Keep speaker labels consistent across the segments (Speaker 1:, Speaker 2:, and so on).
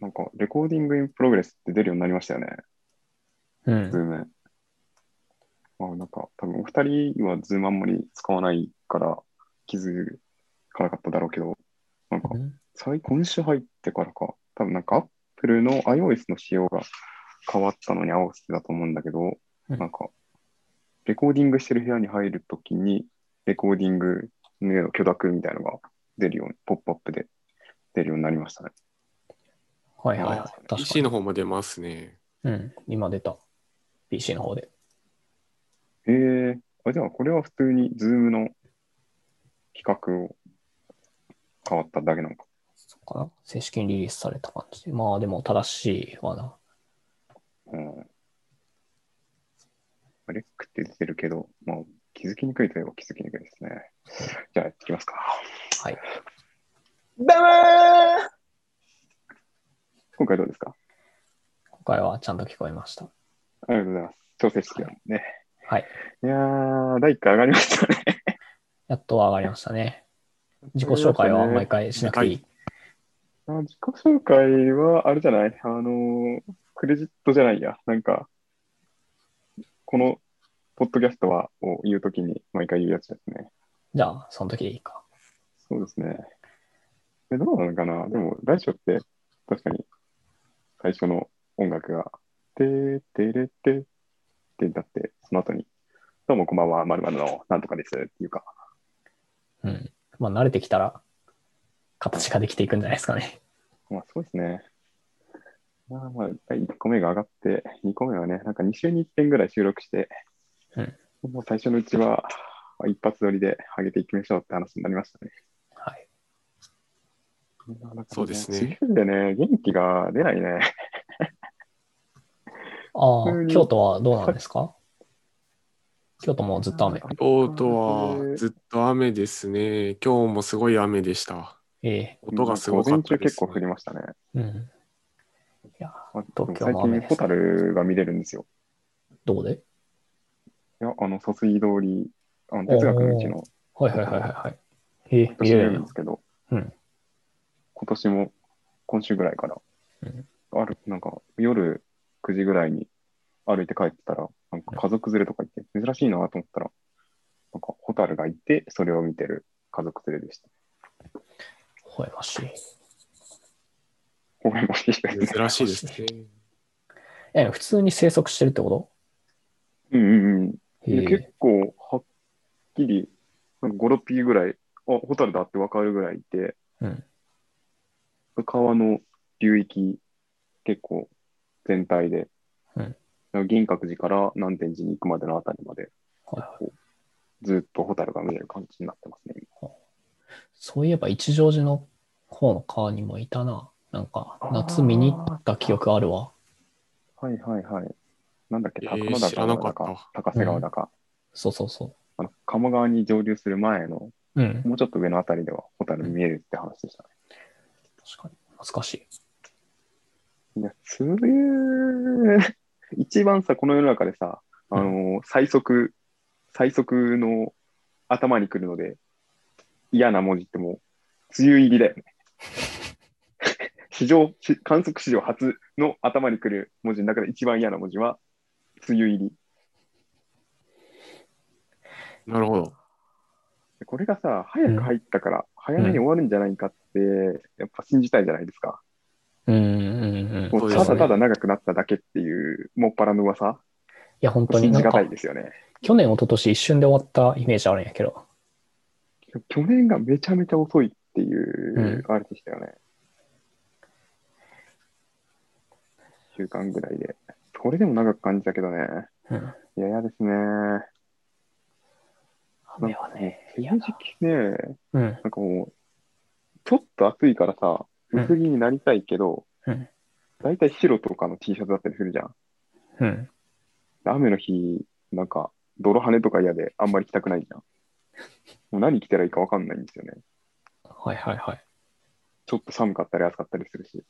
Speaker 1: なんか、レコーディングインプログレスって出るようになりましたよね。
Speaker 2: う
Speaker 1: ズー
Speaker 2: ん。
Speaker 1: ム。まあ、なんか、多分お二人はズームあんまり使わないから気づかなかっただろうけど、なんか、最今週入ってからか、多分なんか Apple の iOS の仕様が変わったのに合わせてだと思うんだけど、
Speaker 2: うん
Speaker 1: なんか、レコーディングしてる部屋に入るときに、レコーディングの許諾みたいなのが出るように、ポップアップで出るようになりましたね。
Speaker 2: はいはいはい。確かに
Speaker 3: PC の方も出ますね。
Speaker 2: うん。今出た。PC の方で。
Speaker 1: えー、あじゃあこれは普通に Zoom の企画を変わっただけなのか。
Speaker 2: そっかな。正式にリリースされた感じで。まあでも正しいわな。
Speaker 1: うん。レックって出てるけど、まあ、気づきにくいといえば気づきにくいですね。じゃあやっていきますか。
Speaker 2: はい。
Speaker 1: ババー今回どうですか
Speaker 2: 今回はちゃんと聞こえました。
Speaker 1: ありがとうございます。調整してきたもんね。
Speaker 2: はい。
Speaker 1: いやー、第1回上がりましたね。
Speaker 2: やっと上がりましたね。自己紹介は毎回しなくていい。
Speaker 1: あ自己紹介は、あれじゃないあのークレジットじゃないや。なんか、この、ポッドキャストは、を言うときに毎回言うやつですね。
Speaker 2: じゃあ、その時でいいか。
Speaker 1: そうですね。え、どうなのかなでも、大将って、確かに、最初の音楽が、てーてれてってだって、その後に、どうもこんばんは、まるまるの、なんとかです、っていうか、
Speaker 2: うん。まあ慣れてきたら、形ができていくんじゃないですかね。
Speaker 1: まあそうですね。まあまあ、第1個目が上がって、2個目はね、なんか2週に1遍ぐらい収録して、
Speaker 2: うん
Speaker 1: もう最初のうちはあ一発撮りで上げていきましょうって話になりましたね。
Speaker 2: はい。
Speaker 3: そうですね。
Speaker 1: 自由でね、元気が出ないね。
Speaker 2: ああ
Speaker 1: 普通、に
Speaker 2: 京都はどうなんですか京都もずっと雨。
Speaker 3: 京都はずっと雨ですね。今日もすごい雨でした。
Speaker 2: え
Speaker 3: 音がすごかっ
Speaker 1: 午
Speaker 3: たです、
Speaker 1: 前中結構降りましたね。
Speaker 2: えうん。いや、
Speaker 1: あ
Speaker 2: 東京も雨
Speaker 1: 最
Speaker 2: で
Speaker 1: 近、
Speaker 2: す
Speaker 1: ホタルが見れるんですよ。
Speaker 2: どこで
Speaker 1: いや、あの、疎水通り、あの哲学の道の
Speaker 2: はいはいはいはいはい。ええ
Speaker 1: 今
Speaker 2: 見
Speaker 1: 年見
Speaker 2: れ
Speaker 1: れ
Speaker 2: る
Speaker 1: るん
Speaker 2: の
Speaker 1: ですけど、
Speaker 2: うん
Speaker 1: 今年も今週ぐらいから、
Speaker 2: うん
Speaker 1: あるなんか夜9時ぐらいに歩いて帰ってたら、なんか家族連れとかいて、珍しいなと思ったら、なんかホタルがいて、それを見てる家族連れ でした。
Speaker 2: ほえましい。い
Speaker 1: これもいいですね
Speaker 3: 珍しいですね。
Speaker 2: や、普通に生息してるってこ
Speaker 1: うんうんうん。
Speaker 2: と
Speaker 1: で
Speaker 2: ええ
Speaker 1: 結構はっきり、なんか5、6匹ぐらい、あ、ホタルだってわかるぐらいいて、
Speaker 2: うん
Speaker 1: 川の流域、結構全体で、
Speaker 2: うん
Speaker 1: 銀閣寺から南天寺に行くまでのあたりまで、
Speaker 2: はいは
Speaker 1: ずっとホタルが見える感じになってますね。
Speaker 2: い。そういえば一乗寺の方の川にもいたな。なんか、夏見に行った記憶あるわ。
Speaker 1: はいはいはい。なんだっけ、
Speaker 3: えー
Speaker 1: 高
Speaker 3: 知らなか
Speaker 1: 野
Speaker 3: っ
Speaker 1: 川だ
Speaker 3: た
Speaker 1: か、高瀬川だか、
Speaker 2: そうそうそ
Speaker 1: あの鴨川に上流する前の、
Speaker 2: う。うん。
Speaker 1: もうちょっと上のあたりではホタル見えるって話でしたね。
Speaker 2: 確かに。懐かしい。
Speaker 1: いや、そういう、 一番さ、この世の中でさ、あの最速、最速の頭に来るので、嫌な文字ってもう、梅雨入りだよね。 史上、し観測史上初の頭に来る文字の中で一番嫌な文字は、梅雨入り。
Speaker 3: なるほど。
Speaker 1: これがさ、早く入ったから、早めに終わるんじゃないかって、やっぱ信じたいじゃないですか。
Speaker 2: うんうんうん。
Speaker 3: そ
Speaker 1: も
Speaker 3: う
Speaker 1: う
Speaker 3: ですね
Speaker 1: ただただ長くなっただけっていう、もっぱらの噂、
Speaker 2: いや、本当に
Speaker 1: 信
Speaker 2: な
Speaker 1: じ
Speaker 2: ん
Speaker 1: がた
Speaker 2: か
Speaker 1: い、ですよね。
Speaker 2: 去年、一昨年一瞬で終わったイメージあるんやけど、
Speaker 1: 去年がめちゃめちゃ遅いっていうあれでしたよね。1週間ぐらいで。これでも長く感じたけどね。
Speaker 2: うん、
Speaker 1: いや、嫌ですね。
Speaker 2: 雨はね、
Speaker 1: 正直ね、
Speaker 2: うん、
Speaker 1: なんかもう、ちょっと暑いからさ、
Speaker 2: うん
Speaker 1: 薄着になりたいけど、
Speaker 2: うん
Speaker 1: だいたい白とかの T シャツだったりするじゃん。
Speaker 2: うん、
Speaker 1: 雨の日、なんか、泥跳ねとか嫌で、あんまり着たくないじゃん。もう何着たらいいかわかんないんですよね。
Speaker 2: はいはいはい。
Speaker 1: ちょっと寒かったり暑かったりするし。
Speaker 2: うん。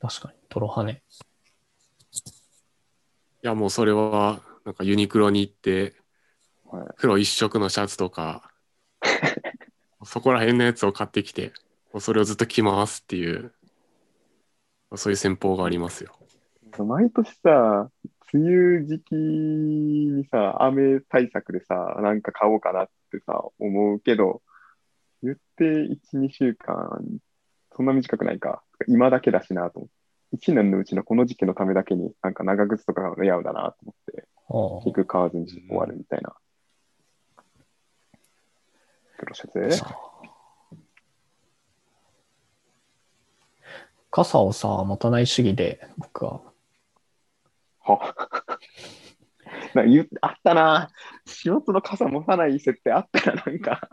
Speaker 2: 確かに、泥跳ね。
Speaker 3: いや、もうそれは、なんかユニクロに行って、
Speaker 1: はい
Speaker 3: 黒一色のシャツとか、そこら辺のやつを買ってきて、それをずっと着回すっていう、そういう戦法がありますよ。
Speaker 1: 毎年さ、梅雨時期にさ、雨対策でさ、なんか買おうかなってさ、思うけど、言って1、2週間、そんな短くないか。今だけだしなと思って。1年のうちのこの時期のためだけに、なんか長靴とかが似合うだなと思って、
Speaker 2: あ
Speaker 1: 結局買わずに終わるみたいな。プロシャツ
Speaker 2: あ。傘をさ、持たない主義で、僕は。
Speaker 1: はなんか言うあったな。仕事の傘持たない設定あったらなんか、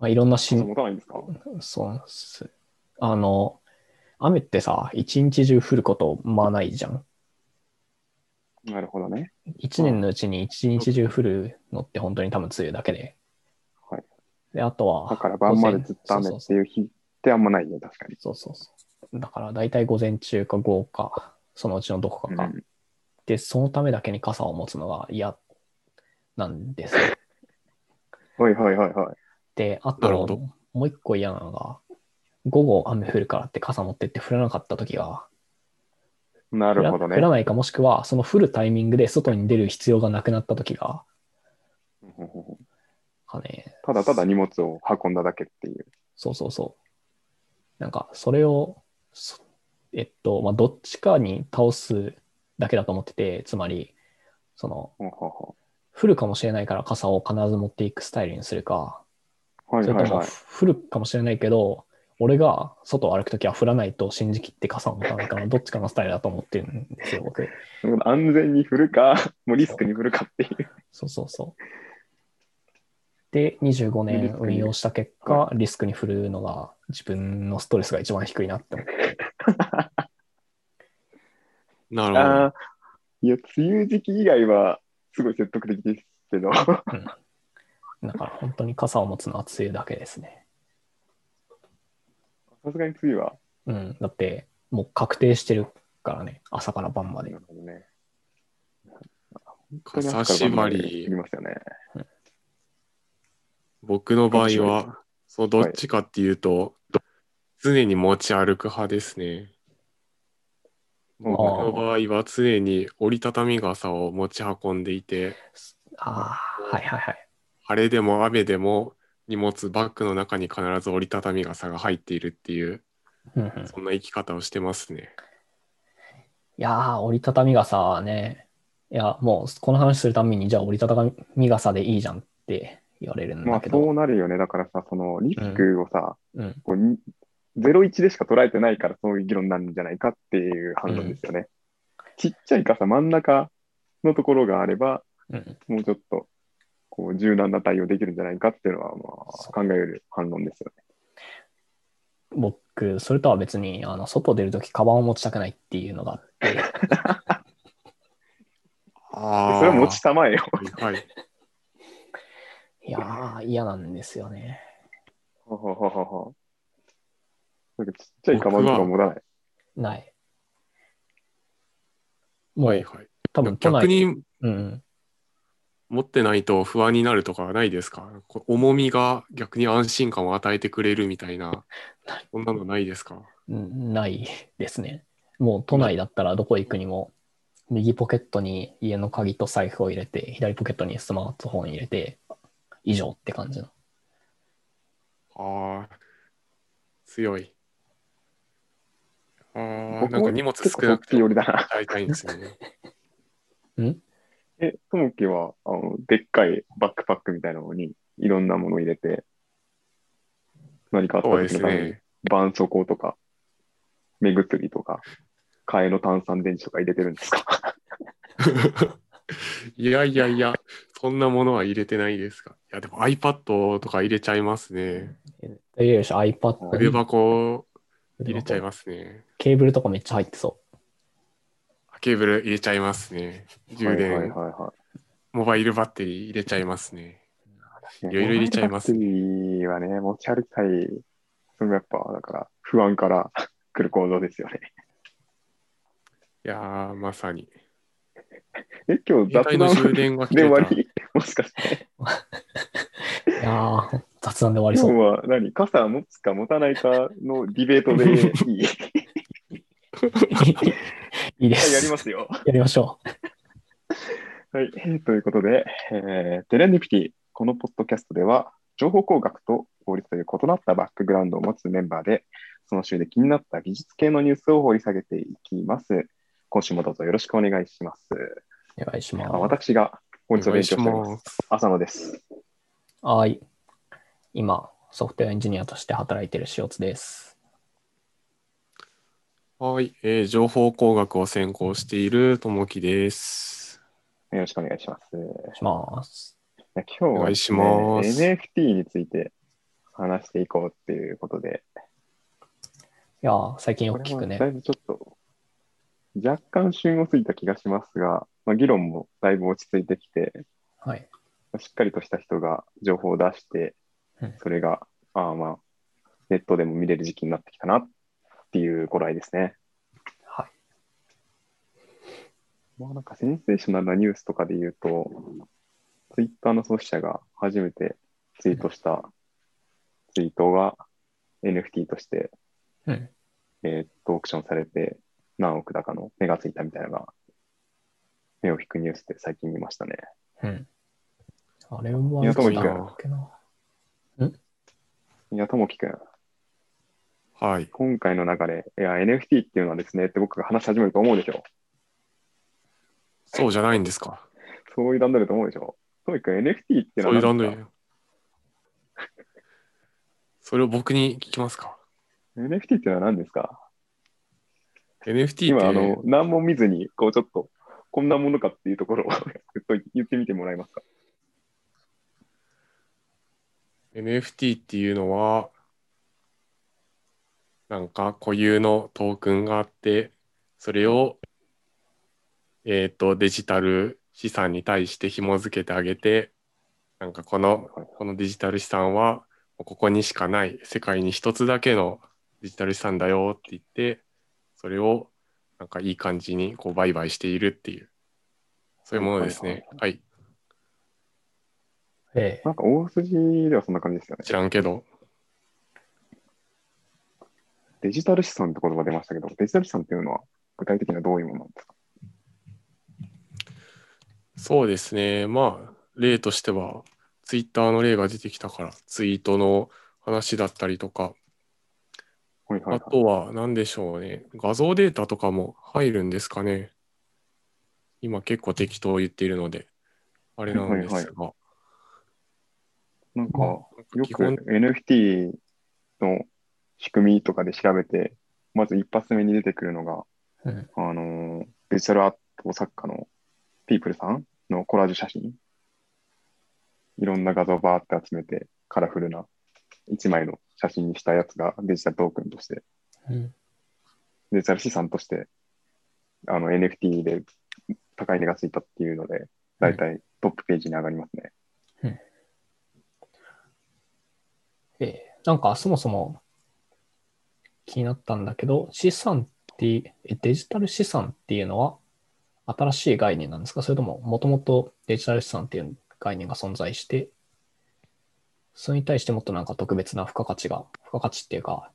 Speaker 2: まあ、いろんなし
Speaker 1: 傘持たないんですか
Speaker 2: そうなんです。あの、雨ってさ、一日中降ること、まあないじゃん。
Speaker 1: なるほどね。
Speaker 2: 一年のうちに一日中降るのって本当に多分梅雨だけで。
Speaker 1: はい。
Speaker 2: で、あとは。
Speaker 1: だから晩までずっと雨
Speaker 2: 午前
Speaker 1: っていう日ってあんまないね、確かに。
Speaker 2: そうそうそう。だから大体午前中か午後か、そのうちのどこかか。
Speaker 1: うん
Speaker 2: で、そのためだけに傘を持つのが嫌なんです。
Speaker 1: はいはいはいはい。
Speaker 2: で、あ
Speaker 3: なるほ
Speaker 2: と
Speaker 3: ど、
Speaker 2: もう一個嫌なのが、午後雨降るからって傘持ってって降らなかった時が、
Speaker 1: なるほど
Speaker 2: 降
Speaker 1: ね
Speaker 2: ら降。らないかもしくは、その降るタイミングで外に出る必要がなくなった時が、
Speaker 1: うんうんうん
Speaker 2: かね、
Speaker 1: ただただ荷物を運んだだけっていう。
Speaker 2: そうそうそう。なんか、それを、そえっと、まあ、どっちかに倒すだけだと思ってて、つまり、その、
Speaker 1: ほうほうほ
Speaker 2: 降るかもしれないから傘を必ず持っていくスタイルにするか、
Speaker 1: うはい
Speaker 2: それ
Speaker 1: は
Speaker 2: と
Speaker 1: い
Speaker 2: も
Speaker 1: はい。
Speaker 2: 降るかもしれないけど、俺が外を歩くときは降らないと信じきって傘を持たないから、どっちかのスタイルだと思ってるんですよ、僕。
Speaker 1: 安全に振るか、もうリスクに振るかっていう。
Speaker 2: そうそうそう。で、25
Speaker 1: リ
Speaker 2: 年
Speaker 1: スクに
Speaker 2: 運用した結果、リスクに振るのが自分のストレスが一番低いなって思って。
Speaker 3: な
Speaker 1: あ
Speaker 3: る
Speaker 1: あ、いや、梅雨時期以外はすごい説得的ですけど。
Speaker 2: だから本当に傘を持つのは梅雨だけですね。
Speaker 1: さすがに梅雨は。
Speaker 2: うん。だって、もう確定してるからね、朝から晩まで
Speaker 1: な。るほどね。
Speaker 3: ほど。傘縛
Speaker 1: あ
Speaker 3: り
Speaker 1: り、ますよね。
Speaker 3: 僕の場合
Speaker 1: 面白
Speaker 3: は、そのどっちかっていうと、常に持ち歩く派ですね。
Speaker 1: あ
Speaker 3: 僕の場合は常に折りたたみ傘を持ち運んでいて、
Speaker 2: ああ、はいはいはい。
Speaker 3: 晴れでも雨でも荷物、バッグの中に必ず折りたたみ傘が入っているっていう、
Speaker 2: うんうん、
Speaker 3: そんな生き方をしてますね。
Speaker 2: いやー、折りたたみ傘はね、いや、もうこの話するたんびに、じゃあ折りたたみ傘でいいじゃんって言われるん
Speaker 1: ま
Speaker 2: だ
Speaker 1: あ
Speaker 2: けど、
Speaker 1: そうなるよね。だからさ、そのリスクをさ、
Speaker 2: うん、
Speaker 1: こうに01でしか捉えてないからそういう議論なんじゃないかっていう反論ですよね。ちっちゃい傘真ん中のところがあれば、
Speaker 2: うん、
Speaker 1: もうちょっとこう柔軟な対応できるんじゃないかっていうのは、ま
Speaker 2: そ
Speaker 1: あ、
Speaker 2: う
Speaker 1: 考える反論ですよね。
Speaker 2: 僕、それとは別に、あの外出るとき、カバンを持ちたくないっていうのがあって、
Speaker 3: あ
Speaker 1: それは持ちたまえよ。
Speaker 3: はいはい。
Speaker 2: いやー、嫌なんですよね。
Speaker 1: ほうほうほうほうほう なんかちっちゃいカバンとか持たない。
Speaker 2: ない。も、
Speaker 3: はいうはい。
Speaker 2: 多分都
Speaker 3: 逆
Speaker 2: 内、
Speaker 3: に
Speaker 2: うんうん、
Speaker 3: 持ってないと不安になるとかはないですかこう重みが逆に安心感を与えてくれるみたい な、そんなのないですか
Speaker 2: うんないですね。もう都内だったらどこ行くにも、右ポケットに家の鍵と財布を入れて、左ポケットにスマートフォン入れて、以上って感じの。
Speaker 3: ああ、強い。ああ、
Speaker 1: 僕
Speaker 3: なん
Speaker 1: も
Speaker 3: か荷物
Speaker 1: 結
Speaker 3: 少
Speaker 1: 構そ
Speaker 3: な
Speaker 1: っ
Speaker 3: くて
Speaker 1: ち寄りだな。
Speaker 3: 買いたいんですよね。
Speaker 1: え、ともきはあのでっかいバックパックみたいなのにいろんなものを入れて、何かあった
Speaker 3: そうで
Speaker 1: 時
Speaker 3: す
Speaker 1: のために
Speaker 3: ね。
Speaker 1: 絆創膏とか、目薬とか、替えの炭酸電池とか入れてるんですか
Speaker 3: いやいやいや、そんなものは入れてないですか。いや、でも iPad とか入れちゃいますね。
Speaker 2: 入れるでしょ、iPad
Speaker 3: 筆
Speaker 2: に
Speaker 3: 箱入れちゃいますね。
Speaker 2: ケーブルとかめっちゃ入ってそ
Speaker 3: ケーブル入れちゃいますね。充電、
Speaker 1: はいはいはいは
Speaker 3: モバイルバッテリー入れちゃいますね。
Speaker 1: い。
Speaker 3: いろいろ入れちゃいます
Speaker 1: ね。モバイルバッテリーはね、持ち歩きたい。それもやっぱ、だから、不安から 来る行動ですよね。
Speaker 3: いやー、まさに。
Speaker 1: え、今日
Speaker 3: 携
Speaker 1: 雑
Speaker 3: 帯の充
Speaker 1: 談
Speaker 3: 電が切
Speaker 1: で
Speaker 3: れ
Speaker 1: 終わ
Speaker 3: た。
Speaker 1: りもしかして。
Speaker 2: う。いやー、雑 雑談で終わ
Speaker 1: 今
Speaker 2: りそ
Speaker 1: 日
Speaker 2: う。
Speaker 1: は何傘持つか持たないかのディベートで いい。一
Speaker 2: いいで
Speaker 1: 回やり
Speaker 2: す。
Speaker 1: ますよ。
Speaker 2: やりましょう。
Speaker 1: はい、えーということで、えーテレンディピティ、このポッドキャストでは、情報工学と法律という異なったバックグラウンドを持つメンバーで、その週で気になった技術系のニュースを掘り下げていきます。今週もどうぞよろしくお願いします。
Speaker 2: お願いし
Speaker 1: あ
Speaker 2: ま
Speaker 1: 私が法律を
Speaker 3: お
Speaker 1: 勉
Speaker 3: 願いし
Speaker 1: 強しております。
Speaker 3: ます。
Speaker 1: 浅野です。
Speaker 2: す。はい。今、ソフトウェアエンジニアとして働いている塩津です。
Speaker 3: はい、えー情報工学を専攻しているともきです。
Speaker 1: よろしくお願いします。
Speaker 2: お願いします。
Speaker 1: 今日は
Speaker 3: お願い
Speaker 1: です
Speaker 3: し
Speaker 1: ね、
Speaker 3: ます
Speaker 1: NFT について話していこうっていうことで、
Speaker 2: いやー、最近よ
Speaker 1: こ
Speaker 2: く
Speaker 1: れ
Speaker 2: 聞
Speaker 1: は
Speaker 2: くね
Speaker 1: だ。いぶちょっと、若干旬を過ぎた気がしますが、まあ、議論もだいぶ落ち着いてきて、
Speaker 2: はい。
Speaker 1: しっかりとした人が情報を出して
Speaker 2: うん、
Speaker 1: それが、ああまあ、ネットでも見れる時期になってきたなっていうご来ですね。
Speaker 2: はい。
Speaker 1: まあなんかセンセーショナルなニュースとかで言うと、ツイッターの創始者が初めてツイートしたツイートが NFT として、
Speaker 2: うん。
Speaker 1: えーっと、オークションされて何億だかの値がついたみたいなのが、目を引くニュースで最近見ましたね。
Speaker 2: うん。あれは、
Speaker 1: いや
Speaker 3: 友樹
Speaker 2: な
Speaker 3: 君
Speaker 2: んだっけな。
Speaker 1: いや、ともきくん、
Speaker 3: はい。
Speaker 1: 今回の中で、いや、NFT っていうのはですねって僕が話し始めると思うでしょ。
Speaker 3: そうじゃないんですか。
Speaker 1: そういう段取りだと思うでしょ。ともきくん、NFT っていうの
Speaker 3: そ
Speaker 1: は
Speaker 3: うい
Speaker 1: 何
Speaker 3: う
Speaker 1: で
Speaker 3: 段
Speaker 1: す
Speaker 3: 取り。それを僕に聞きますか。
Speaker 1: か NFT っていうのは何ですか
Speaker 3: NFT って
Speaker 1: 今、あの、何も見ずに、こう、ちょっと、こんなものかっていうところを ずっと言ってみてもらえますか。
Speaker 3: NFT っていうのは、なんか固有のトークンがあって、それを、えっと、デジタル資産に対して紐付けてあげて、なんかこの、このデジタル資産は、ここにしかない、世界に一つだけのデジタル資産だよって言って、それを、なんかいい感じにこう売買しているっていう、そういうものですね。はい、
Speaker 2: ええ
Speaker 1: なんか、大筋ではそんな感じですよね。
Speaker 3: 知らんけど。
Speaker 1: デジタル資産って言葉出ましたけど、デジタル資産っていうのは、具体的にはどういうものなんですか
Speaker 3: そうですね。まあ、例としては、ツイッターの例が出てきたから、ツイートの話だったりとか、
Speaker 1: はいはい
Speaker 3: あ
Speaker 1: はい。
Speaker 3: とは何でしょうね。画像データとかも入るんですかね。今結構適当言っているので、あれなんですが、
Speaker 1: なん
Speaker 2: ま
Speaker 1: か、
Speaker 3: なん
Speaker 1: よ
Speaker 3: か基
Speaker 1: く
Speaker 3: 本
Speaker 1: NFT の仕組みとかで調べて、まず一発目に出てくるのが、
Speaker 2: うん。
Speaker 1: あのーデジタルアート作家のピープルさんのコラージュ写真。いろんな画像をバーって集めて、カラフルな一枚の写真にしたやつがデジタルトークンとして、
Speaker 2: うん。
Speaker 1: デジタル資産として、あの NFT で高い値がついたっていうので、だいたいトップページに上がりますね。
Speaker 2: ええなんか、そもそも気になったんだけど、資産って、えデジタル資産っていうのは新しい概念なんですかそれとも、もともとデジタル資産っていう概念が存在して、それに対してもっとなんか特別な付加価値が、付加価値っていうか、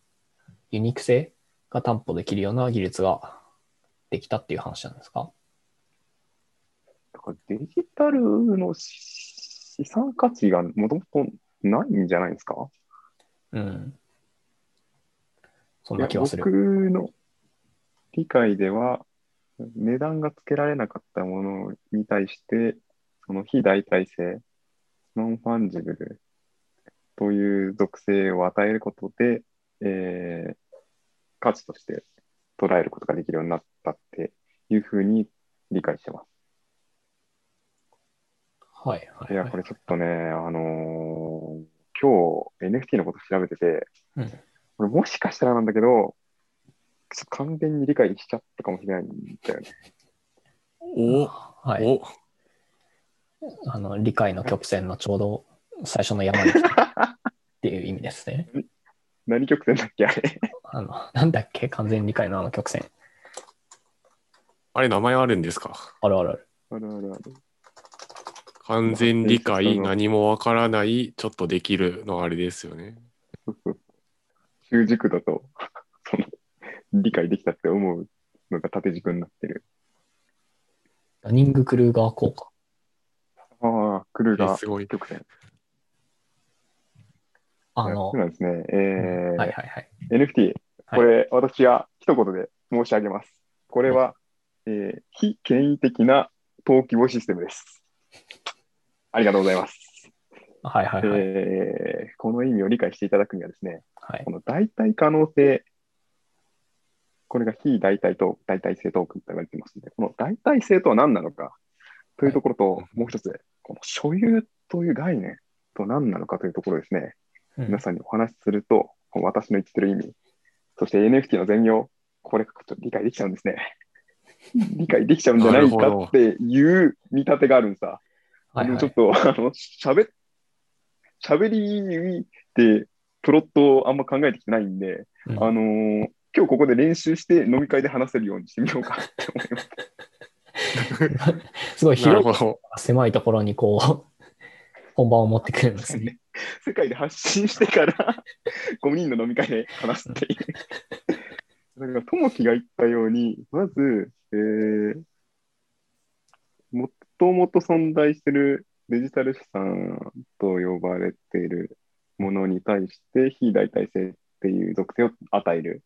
Speaker 2: ユニーク性が担保できるような技術ができたっていう話なんですか
Speaker 1: だからデジタルの資産価値がもともとないんじゃないですか
Speaker 2: うん。そん
Speaker 1: いや
Speaker 2: な気はす
Speaker 1: 僕
Speaker 2: る。
Speaker 1: の理解では、値段がつけられなかったものに対して、その非代替性、ノンファンジブルという属性を与えることで、えー価値として捉えることができるようになったっていうふうに理解してます。
Speaker 2: はいはいい、
Speaker 1: や、
Speaker 2: はい
Speaker 1: これちょっとね、あのー今日 NFT のこと調べてて、
Speaker 2: うん
Speaker 1: これもしかしたらなんだけど、ちょっと完全に理解しちゃったかもしれないんだよ ね。
Speaker 3: お、
Speaker 2: はい。
Speaker 3: お、
Speaker 2: あの理解の曲線のちょうど最初の山に来たっていう意味ですね。
Speaker 1: 何曲線だっけ、あれ。
Speaker 2: あのなんだっけ完全理解のあの曲線。
Speaker 3: あれ名前あるんですか
Speaker 2: あるあるある。
Speaker 1: あるあるある。
Speaker 3: 完全理解、何もわからない、ちょっとできるのあれですよね。
Speaker 1: 中軸だと、 その、理解できたって思うのが縦軸になってる。
Speaker 2: ラニング・クルーガー効果。
Speaker 1: ああ、クルー
Speaker 3: え
Speaker 1: が
Speaker 3: すごい。
Speaker 1: 曲線。
Speaker 2: あ
Speaker 1: そ
Speaker 2: の
Speaker 1: う、なんですね。えー
Speaker 2: はいはいはい。
Speaker 1: NFT、
Speaker 2: はい
Speaker 1: これ、私は一言で申し上げます。これは、えー非権威的な登記簿システムです。ありがとうございます。
Speaker 2: はいはいはい。
Speaker 1: えーこの意味を理解していただくにはですね、
Speaker 2: はい
Speaker 1: この代替可能性、これが非代替と代替性トークンと言われてますので、この代替性とは何なのかというところと、
Speaker 3: はい
Speaker 1: もう一つ、この所有という概念と何なのかというところですね。
Speaker 2: うん
Speaker 1: 皆さんにお話しすると、私の言ってる意味、そして NFT の全容、これちょっと理解できちゃうんですね。理解できちゃうんじゃないか
Speaker 3: なるほど
Speaker 1: っていう見立てがあるんさ。
Speaker 2: はいはい
Speaker 1: でもちょっと、あの、喋っ、喋りでプロットをあんま考えてきてないんで、
Speaker 2: うん
Speaker 1: あのー今日ここで練習して飲み会で話せるようにしてみようかって思います。
Speaker 2: すごい
Speaker 3: な
Speaker 2: 広
Speaker 3: る
Speaker 2: い
Speaker 3: ほど。
Speaker 2: 狭いところにこう、本番を持ってくるんですね。
Speaker 1: 世界で発信してから5人の飲み会で話すっていう。だから、ともきが言ったように、まず、えー、もともと存在してるデジタル資産と呼ばれているものに対して非代替性っていう属性を与える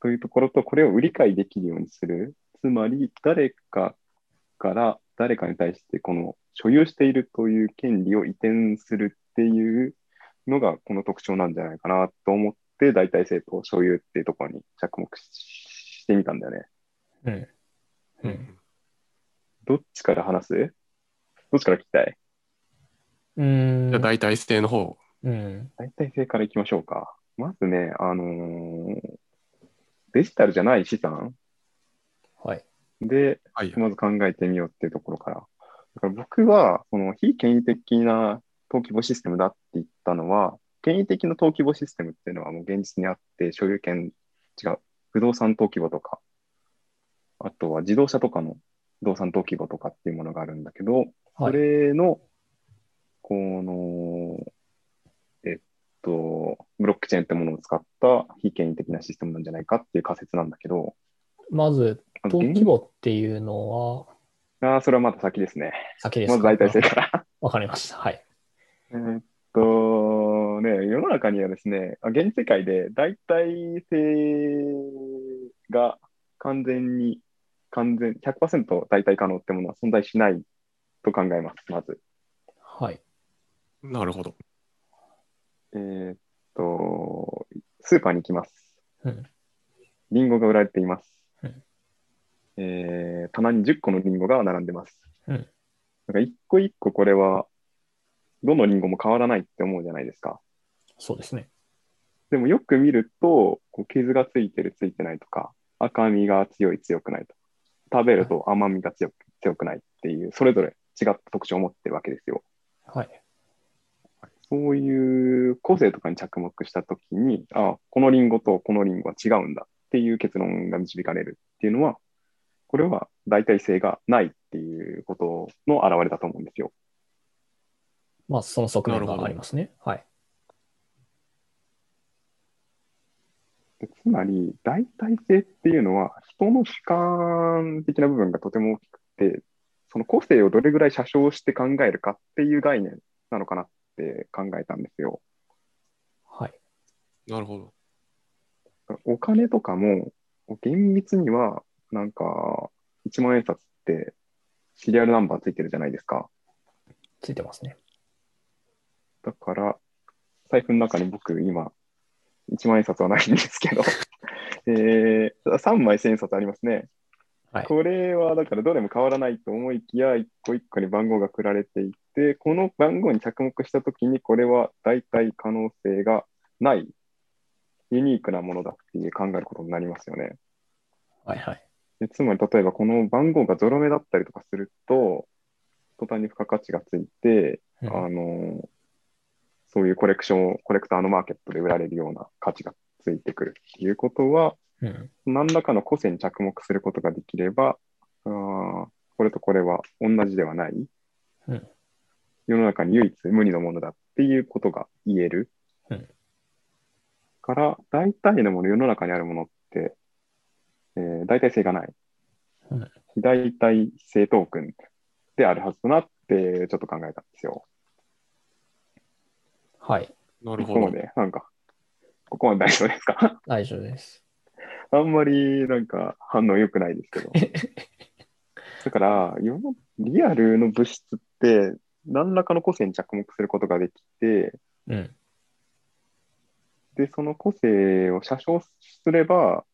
Speaker 1: というところと、これを売り買いできるようにする。つまり、誰かから誰かに対してこの所有しているという権利を移転するっていうのがこの特徴なんじゃないかなと思って代替性と所有っていうところに着目ししてみたんだよね。
Speaker 2: うん。うん。
Speaker 1: どっちから話すどっちから聞きたいう
Speaker 3: じゃあ
Speaker 2: ん。
Speaker 3: 大体指定の方。
Speaker 2: うん。
Speaker 1: 代替性からいきましょうか。まずね、あのーデジタルじゃない資産
Speaker 2: はい。
Speaker 1: で、
Speaker 3: はい。
Speaker 1: まず考えてみようっていうところから。だから僕は、その非権威的な登記簿システムだって言ったのは、権威的な登記簿システムっていうのはもう現実にあって、所有権、違う、不動産登記簿とか、あとは自動車とかの不動産登記簿とかっていうものがあるんだけど、そ
Speaker 2: はい。
Speaker 1: れの、この、えっと、ブロックチェーンってものを使った非権威的なシステムなんじゃないかっていう仮説なんだけど、
Speaker 2: まず、
Speaker 1: あの
Speaker 2: 登記簿っていうのは、
Speaker 1: あーそれはまた先ですね。
Speaker 2: 先で
Speaker 1: ますず
Speaker 2: か
Speaker 1: 大体正から。
Speaker 2: わかりました。はい。
Speaker 1: えーっとね、世の中にはですね、あ現世界で代替性が完全に、完全、100%代替可能ってものは存在しないと考えます、まず。
Speaker 2: はい。
Speaker 3: なるほど。
Speaker 1: えーっと、スーパーに行きます。
Speaker 2: うん。
Speaker 1: リンゴが売られています。
Speaker 2: うん
Speaker 1: えー棚に10個のリンゴが並んでます。
Speaker 2: うん
Speaker 1: なんか一個一個これは、どのリンゴも変わらないって思うじゃないですか。
Speaker 2: そうですね。
Speaker 1: でもよく見ると、こう傷がついてる、ついてないとか、赤みが強い、強くないとか、食べると甘みが強く強くないっていう、それぞれ違った特徴を持ってるわけですよ。
Speaker 2: はい。
Speaker 1: そういう個性とかに着目したときに、あ、このリンゴとこのリンゴは違うんだっていう結論が導かれるっていうのは、これは代替性がないっていうことの表れだと思うんですよ。
Speaker 2: まあ、その側面
Speaker 3: なるほ
Speaker 2: が
Speaker 3: ど
Speaker 2: ありますね。はい。
Speaker 1: でつまり、代替性っていうのは、人の主観的な部分がとても大きくて、その個性をどれぐらい写生して考えるかっていう概念なのかなって考えたんですよ。
Speaker 2: はい。
Speaker 3: なるほど。
Speaker 1: お金とかも、厳密には、なんか、1万円札ってシリアルナンバーついてるじゃないですか。
Speaker 2: ついてますね。
Speaker 1: だから、財布の中に僕、今、1万円札はないんですけど、 えー、3枚1000円札ありますね。
Speaker 2: はい。
Speaker 1: これはだからどれも変わらないと思いきや、一個一個に番号が振られていて、この番号に着目したときに、これは代替可能性がない、ユニークなものだっていう考えることになりますよね。
Speaker 2: はいはい。
Speaker 1: でつまり、例えばこの番号がゾロ目だったりとかすると、途端に付加価値がついて、
Speaker 2: うん
Speaker 1: あのそういうコレクションをコレクターのマーケットで売られるような価値がついてくるっていうことは、
Speaker 2: うん。
Speaker 1: 何らかの個性に着目することができれば、あーこれとこれは同じではない。
Speaker 2: うん
Speaker 1: 世の中に唯一無二のものだっていうことが言える。
Speaker 2: うん
Speaker 1: から、大体のもの、世の中にあるものって、えー大体性がない。
Speaker 2: うん
Speaker 1: 大体性トークンであるはずだなってちょっと考えたんですよ。
Speaker 2: はい。
Speaker 3: なる
Speaker 1: こ
Speaker 3: ほ
Speaker 1: こま。
Speaker 3: ど
Speaker 1: で、なんか、ここまで大丈夫ですか
Speaker 2: 大丈夫です。
Speaker 1: あんまりなんか反応良くないですけ ど。だから、世のリアルの物質って、何らかの個性に着目することができて、
Speaker 2: うん。
Speaker 1: で、その個性を写真すれば、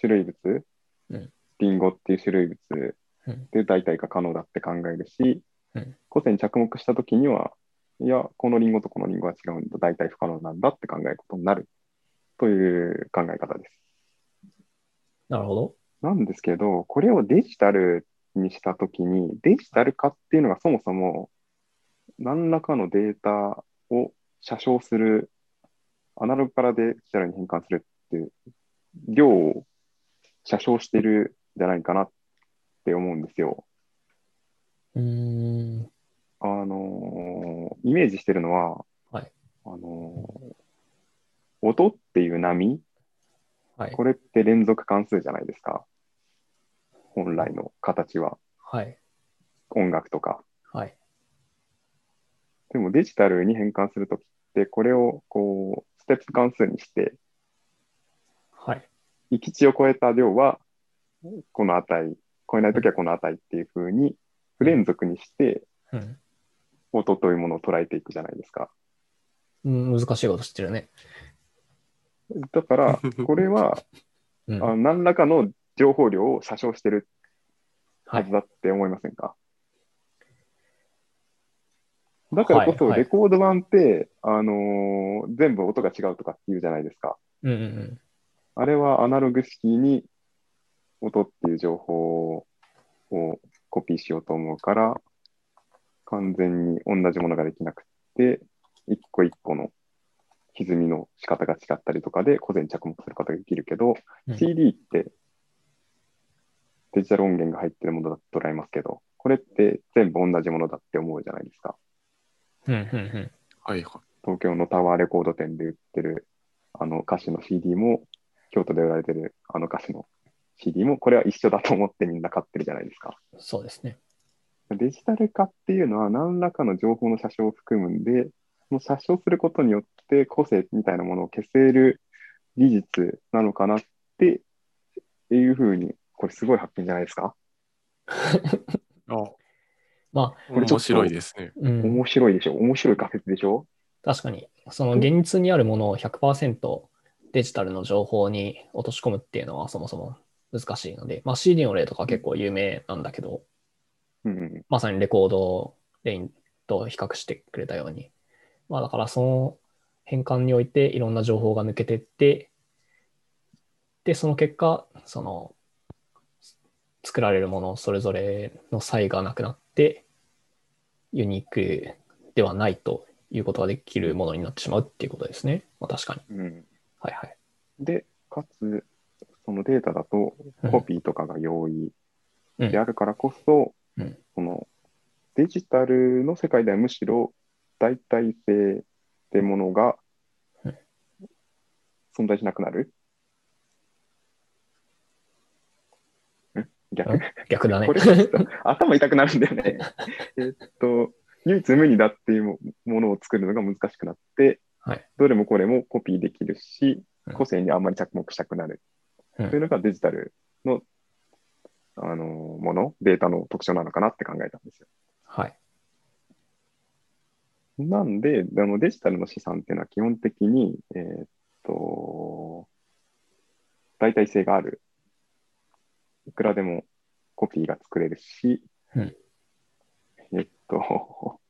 Speaker 1: 種類物、
Speaker 2: うん
Speaker 1: リンゴっていう種類物
Speaker 2: うん
Speaker 1: で代替が可能だって考えるし、
Speaker 2: うん
Speaker 1: 個性に着目したときには、いや、このリンゴとこのリンゴは違うんだ、代替不可能なんだって考えることになるという考え方です。
Speaker 2: なるほど。
Speaker 1: なんですけど、これをデジタルにしたときに、デジタル化っていうのがそもそも何らかのデータを写生する、アナログからデジタルに変換するっていう、量を写生してるんじゃないかなって思うんですよ。
Speaker 2: うーん。
Speaker 1: あのーイメージしてるのは、
Speaker 2: はい
Speaker 1: あのー音っていう波、
Speaker 2: はい。
Speaker 1: これって連続関数じゃないですか。本来の形は、
Speaker 2: はい。
Speaker 1: 音楽とか。
Speaker 2: はい。
Speaker 1: でもデジタルに変換するときって、これをこう、ステップ関数にして、
Speaker 2: はい。
Speaker 1: 域値を超えた量はこの値、超えないときはこの値っていうふうに、不連続にして、
Speaker 2: うん
Speaker 1: 音というものを捉えていくじゃないですか。
Speaker 2: うん。難しいことしてるね。
Speaker 1: だ から、これは、
Speaker 2: うん。
Speaker 1: あの何らかの情報量を写生してる
Speaker 2: は
Speaker 1: はず
Speaker 2: い。
Speaker 1: だって思いませんか、だからこそ、
Speaker 2: はいは
Speaker 1: レ
Speaker 2: い
Speaker 1: コード版って、あのー全部音が違うとかって言うじゃないですか。
Speaker 2: うんうんうん。
Speaker 1: あれはアナログ式に音っていう情報をコピーしようと思うから、完全に同じものができなくって、一個一個の歪みの仕方が違ったりとかで、個性に着目することができるけど、
Speaker 2: うん
Speaker 1: CD ってデジタル音源が入ってるものだと捉えますけど、これって全部同じものだって思うじゃないですか。
Speaker 2: うんうん
Speaker 3: はいは
Speaker 1: 東京のタワーレコード店で売ってるあの歌手の CD も、京都で売られてるあの歌手の CD も、これは一緒だと思ってみんな買ってるじゃないですか。
Speaker 2: うん。そうですね。
Speaker 1: デジタル化っていうのは何らかの情報の写真を含むんで、その写真することによって個性みたいなものを消せる技術なのかなっていうふうに、これすごい発見じゃないですか。
Speaker 3: い。あ、こ
Speaker 2: まあ、
Speaker 1: れちょっと
Speaker 3: 面白いですね。
Speaker 2: うん。
Speaker 1: 面白いでしょ面白い仮説でしょ
Speaker 2: 確かに、その現実にあるものを100%デジタルの情報に落とし込むっていうのはそもそも難しいので、まあ、CD の例とか結構有名なんだけど、
Speaker 1: うん。
Speaker 2: まさにレコードをレインと比較してくれたように、まあ、だからその変換においていろんな情報が抜けてって、で、その結果、その作られるものそれぞれの差異がなくなって、ユニークではないということができるものになってしまうっていうことですね。まあ、確かに。
Speaker 1: うん、
Speaker 2: はいはい。
Speaker 1: で、かつ、そのデータだと
Speaker 2: うん
Speaker 1: コピーとかが容易
Speaker 2: うん
Speaker 1: であるからこそ、
Speaker 2: うん
Speaker 1: そのデジタルの世界ではむしろ代替性ってものが
Speaker 2: うん
Speaker 1: 存在しなくなる。ん逆、
Speaker 2: うん逆だね
Speaker 1: こ。れちょっと頭痛くなるんだよ ね。えっと、唯一無二だっていうもものを作るのが難しくなって、
Speaker 2: はい
Speaker 1: どれもこれもコピーできるし
Speaker 2: うん、
Speaker 1: 個性にあんまり着目したくなる。
Speaker 2: うん
Speaker 1: というのがデジタルの、あのもの、データの特徴なのかなって考えたんですよ。
Speaker 2: はい。
Speaker 1: なんで、あのデジタルの資産っていうのは基本的に、えーっと、代替性がある。いくらでもコピーが作れるし、
Speaker 2: うん
Speaker 1: えっと、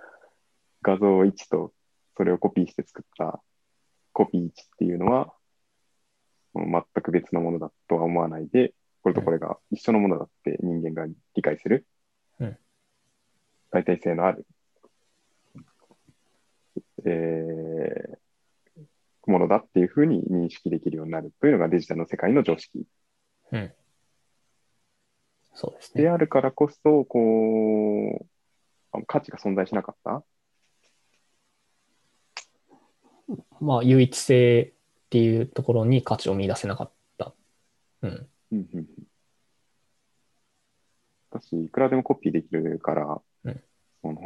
Speaker 1: 画像1とそれをコピーして作ったコピー1っていうのは、もう全く別のものだとは思わないで、これとこれが一緒のものだって人間が理解する。
Speaker 2: うん
Speaker 1: 代替性のある、えーものだっていうふうに認識できるようになるというのがデジタルの世界の常識
Speaker 2: そうです
Speaker 1: で
Speaker 2: ね。
Speaker 1: あるからこそ、こう、あ価値が存在しなかった
Speaker 2: まあ、唯一性っていうところに価値を見出せなかった。うん。
Speaker 1: うんうんうん。私、いくらでもコピーできるから、
Speaker 2: うん
Speaker 1: その、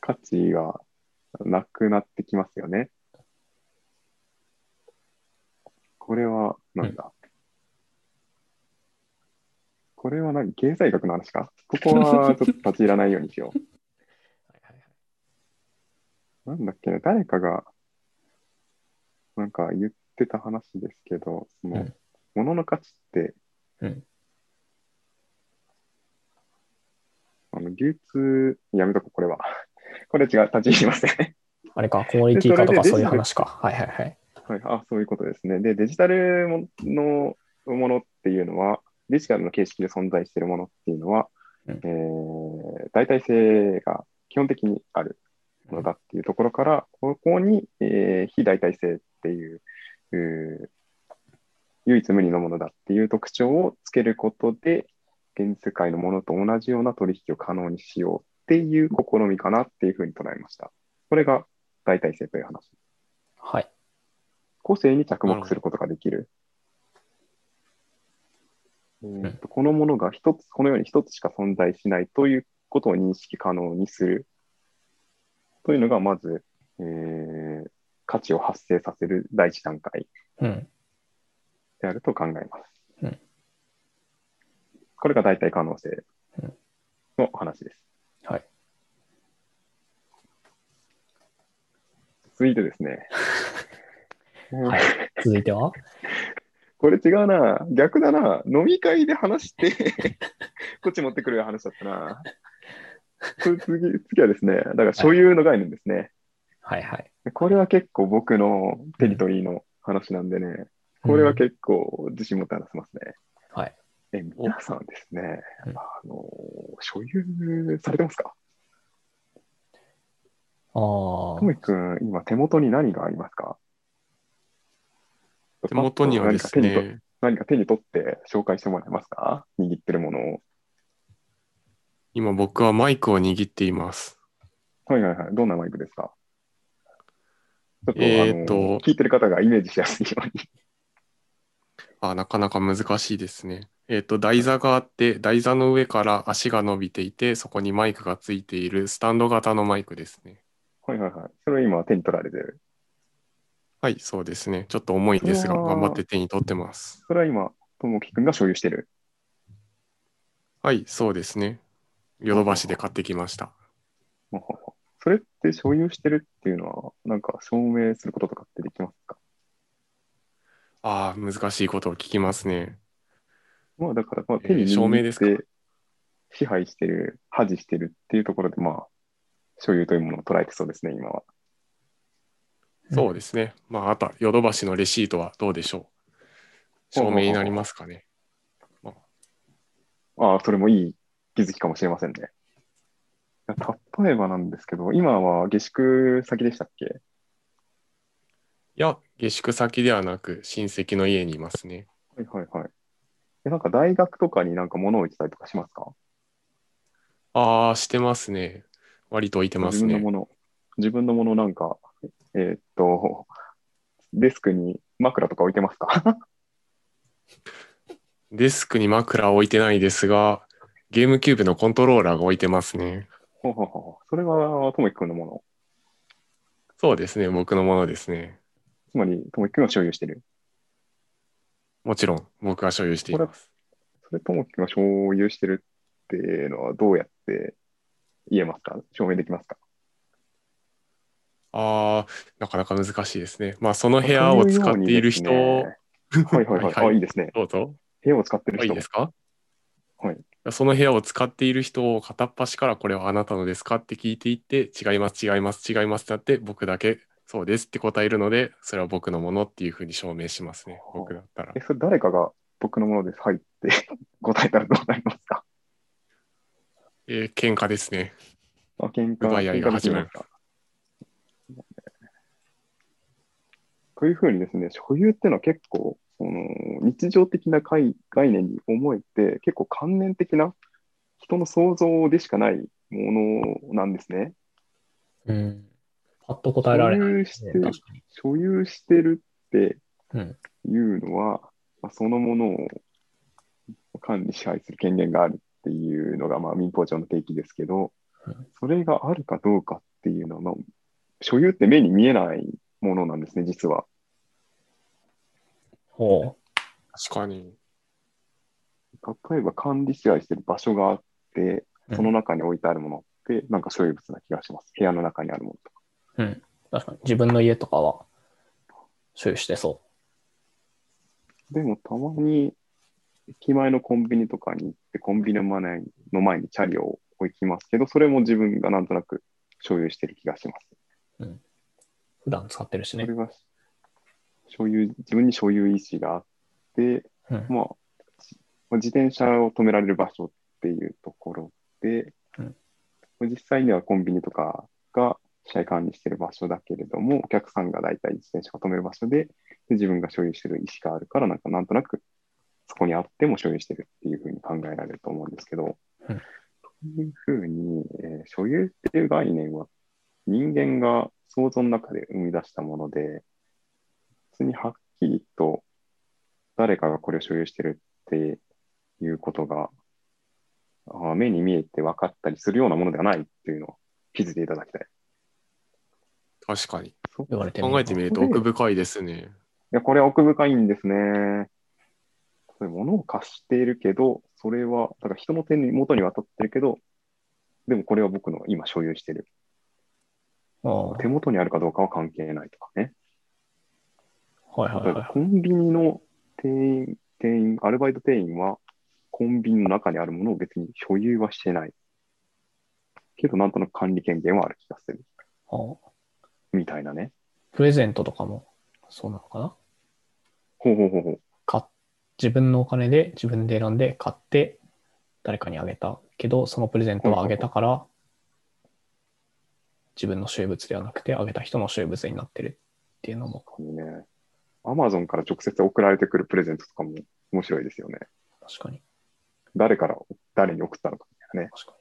Speaker 1: 価値がなくなってきますよね。これは、なんだ、これは何経済学の話かここはちょっと立ち入らないようにしよう。なんだっけな、誰かが、なんか言ってた話ですけど、その、
Speaker 2: うん
Speaker 1: 物の価値って、
Speaker 2: うん
Speaker 1: あの流通、やめとこう、これは。 これ違う、立ち入りません。
Speaker 2: あれか、コモディティ化とか
Speaker 1: で
Speaker 2: そ
Speaker 1: それで
Speaker 2: ういう話か。はいはいはい。
Speaker 1: はい、あそういうことですね。で、デジタルものものっていうのは、デジタルの形式で存在しているものっていうのは、
Speaker 2: うん
Speaker 1: えー代替性が基本的にあるものだっていうところから、ここに、えー非代替性っていううー唯一無二のものだっていう特徴をつけることで、現世界のものと同じような取引を可能にしようっていう試みかなっていうふうに捉えました。これが代替性という話。
Speaker 2: はい。
Speaker 1: 個性に着目することができる。えーとこのものが一つ、このように一つしか存在しないということを認識可能にする。というのが、まず、えー価値を発生させる第一段階
Speaker 2: うん。
Speaker 1: であると考えます。
Speaker 2: うん
Speaker 1: これが代替可能性
Speaker 2: うん
Speaker 1: の話です。
Speaker 2: はい。
Speaker 1: 続いてです ね。
Speaker 2: はい続いては
Speaker 1: これ違うな。逆だな。飲み会で話して、 こっち持ってくる話だったな。これ次、次はですね、だから所有の概念ですね。
Speaker 2: はいはい。
Speaker 1: これは結構僕のテリトリーの話なんでね、 これは結構自信持って話せますね。
Speaker 2: はい。
Speaker 1: え、皆さんですね、
Speaker 2: うん
Speaker 1: あの、所有されてますか
Speaker 2: ああ
Speaker 1: ト。ミ君、今手元に何がありますか
Speaker 3: 手元にはです
Speaker 1: 何か手にと
Speaker 3: ね、
Speaker 1: 何か手に取って紹介してもらえますか握ってるものを。
Speaker 3: 今僕はマイクを握っています。
Speaker 1: はいはいはい。どんなマイクですかちょっと、
Speaker 3: え
Speaker 1: あ
Speaker 3: ー
Speaker 1: の
Speaker 3: っと
Speaker 1: 聞いてる方がイメージしやすいように。
Speaker 3: あ、なかなか難しいですね。えっと、台座があって、台座の上から足が伸びていて、そこにマイクがついているスタンド型のマイクですね。
Speaker 1: はいはいはい。それを今手に取られてる。
Speaker 3: はい、そうですね。ちょっと重いですが、
Speaker 1: うわー
Speaker 3: 頑張って手に取ってます。
Speaker 1: それは今、ともきくんが所有してる。
Speaker 3: はい、そうですね。ヨドバシで買ってきました。
Speaker 1: ほうほうほうそれって所有してるっていうのは、なんか証明することとかってできますか
Speaker 3: ああ、難しいことを聞きますね。
Speaker 1: まあだから、まあ、
Speaker 3: えー
Speaker 1: 手に
Speaker 3: 証明
Speaker 1: 握
Speaker 3: で
Speaker 1: っ
Speaker 3: すか
Speaker 1: て支配してる、破持してるっていうところで、まあ、所有というものを捉えてそうですね、今は。
Speaker 2: うん
Speaker 3: そうですね。まあ、あとは、ヨドバシのレシートはどうでしょう。証明になりますかね。
Speaker 1: ああ、それもいい気づきかもしれませんね。いや例えばなんですけど、今は下宿先でしたっけ
Speaker 3: いや、下宿先ではなく、親戚の家にいますね。
Speaker 1: はいはいはい。え、なんか大学とかになんか物を置いてたりとかしますか
Speaker 3: ああ、してますね。割と置いてます
Speaker 1: 自分の
Speaker 3: ね。
Speaker 1: もの。自分のものなんか、えーっと、デスクに枕とか置いてますか
Speaker 3: デスクに枕は置いてないですが、ゲームキューブのコントローラーが置いてますね。
Speaker 1: ほうほうほうそれはともきくんのもの。
Speaker 3: そうですね。僕のものですね。
Speaker 1: つまり、ともきくんが所有してる。
Speaker 3: もちろん、僕が所有してい
Speaker 1: これ
Speaker 3: ます。、
Speaker 1: それともきくんが所有してるっていうのはどうやって言えますか証明できますか
Speaker 3: ああ、なかなか難しいですね。まあ、その部屋を使っている人、
Speaker 1: そういうようにですねはいはいはい。
Speaker 3: はいは
Speaker 1: あ、
Speaker 3: い
Speaker 1: いいですね。
Speaker 3: どうぞ。
Speaker 1: 部屋を使ってる
Speaker 3: あいい
Speaker 1: 人
Speaker 3: ですか
Speaker 1: はい。
Speaker 3: その部屋を使っている人を片っ端からこれはあなたのですかって聞いていって、違います、違います、違いますってなって、僕だけそうですって答えるので、それは僕のものっていうふうに証明しますね。僕だったら
Speaker 1: え、。それ誰かが僕のものです。はいって 答えたらどうなりますか
Speaker 3: えー喧嘩ですね。
Speaker 1: あ、喧嘩、
Speaker 3: 奪い合いが
Speaker 1: 喧嘩できますか。というふうにですね、所有っていうのは結構、その日常的な概概念に思えて、結構観念的な人の想像でしかないものなんですね。
Speaker 2: うん。パッと答えられないです
Speaker 1: そ
Speaker 2: ね。
Speaker 1: ういう
Speaker 2: 確かに。
Speaker 1: 所有してるって
Speaker 2: うん。
Speaker 1: いうのは、まあ、そのものを管理支配する権限があるっていうのが、まあ、民法上の定義ですけど
Speaker 2: うん、
Speaker 1: それがあるかどうかっていうのは、まあ、所有って目に見えないものなんですね、実は。
Speaker 2: ほ
Speaker 3: 確かに。
Speaker 1: 例えば管理支配してる場所があって、
Speaker 2: うん
Speaker 1: その中に置いてあるものって、なんか所有物な気がします。部屋の中にあるものとか。
Speaker 2: う。うん。確かに。自分の家とかは、所有してそ
Speaker 1: でもたまに、駅前のコンビニとかに行って、コンビニの前にの前にチャリを置きますけど、それも自分がなんとなく所有してる気がします。
Speaker 2: う。普段使ってるし
Speaker 1: そ
Speaker 2: ね
Speaker 1: れ。が所有、自分に所有意思があって、
Speaker 2: う
Speaker 1: ま
Speaker 2: ん。
Speaker 1: あ、じまあ自転車を止められる場所っていうところで、
Speaker 2: うん
Speaker 1: まあ実際にはコンビニとかが試合管理してる場所だけれども、お客さんが大体自転車を止める場所で、で自分が所有してる意思があるから、なんかなんとなくそこにあっても所有してるっていうふうに考えられると思うんですけど、
Speaker 2: うん
Speaker 1: というふうに、えー所有っていう概念は人間が想像の中で生み出したもので、普通にはっきりと誰かがこれを所有してるっていうことが、あ目に見えて分かったりするようなものではないっていうのを気づいていただきたい。
Speaker 3: 確かに。
Speaker 1: そうい
Speaker 2: 言われてみ
Speaker 3: 考えてみると奥深いですね。
Speaker 1: や、これは奥深いんですね。そういうものを貸しているけど、それは、だから人の手に元に渡ってるけど、でもこれは僕の今所有してる。
Speaker 2: あ
Speaker 1: 手元にあるかどうかは関係ないとかね。
Speaker 2: あはいはい
Speaker 1: 例えば
Speaker 2: は
Speaker 1: コンビニの店員、店員、アルバイト店員は、コンビニの中にあるものを別に所有はしてない。けど、なんとなく管理権限はある気がする。
Speaker 2: い。ああ
Speaker 1: みたいなね。
Speaker 2: プレゼントとかも、そうなのかな
Speaker 1: ほうほうほうほう。
Speaker 2: 買っ自分のお金で自分で選んで買って誰かにあげたけどそのプレゼントはあげたから自分の所有物ではなくてあげた人の所有物になってるっていうのも
Speaker 1: ここにね、アマゾンから直接送られてくるプレゼントとかも面白いですよね。
Speaker 2: 確かに
Speaker 1: 誰から、誰に送ったのかみたいなね。
Speaker 2: 確か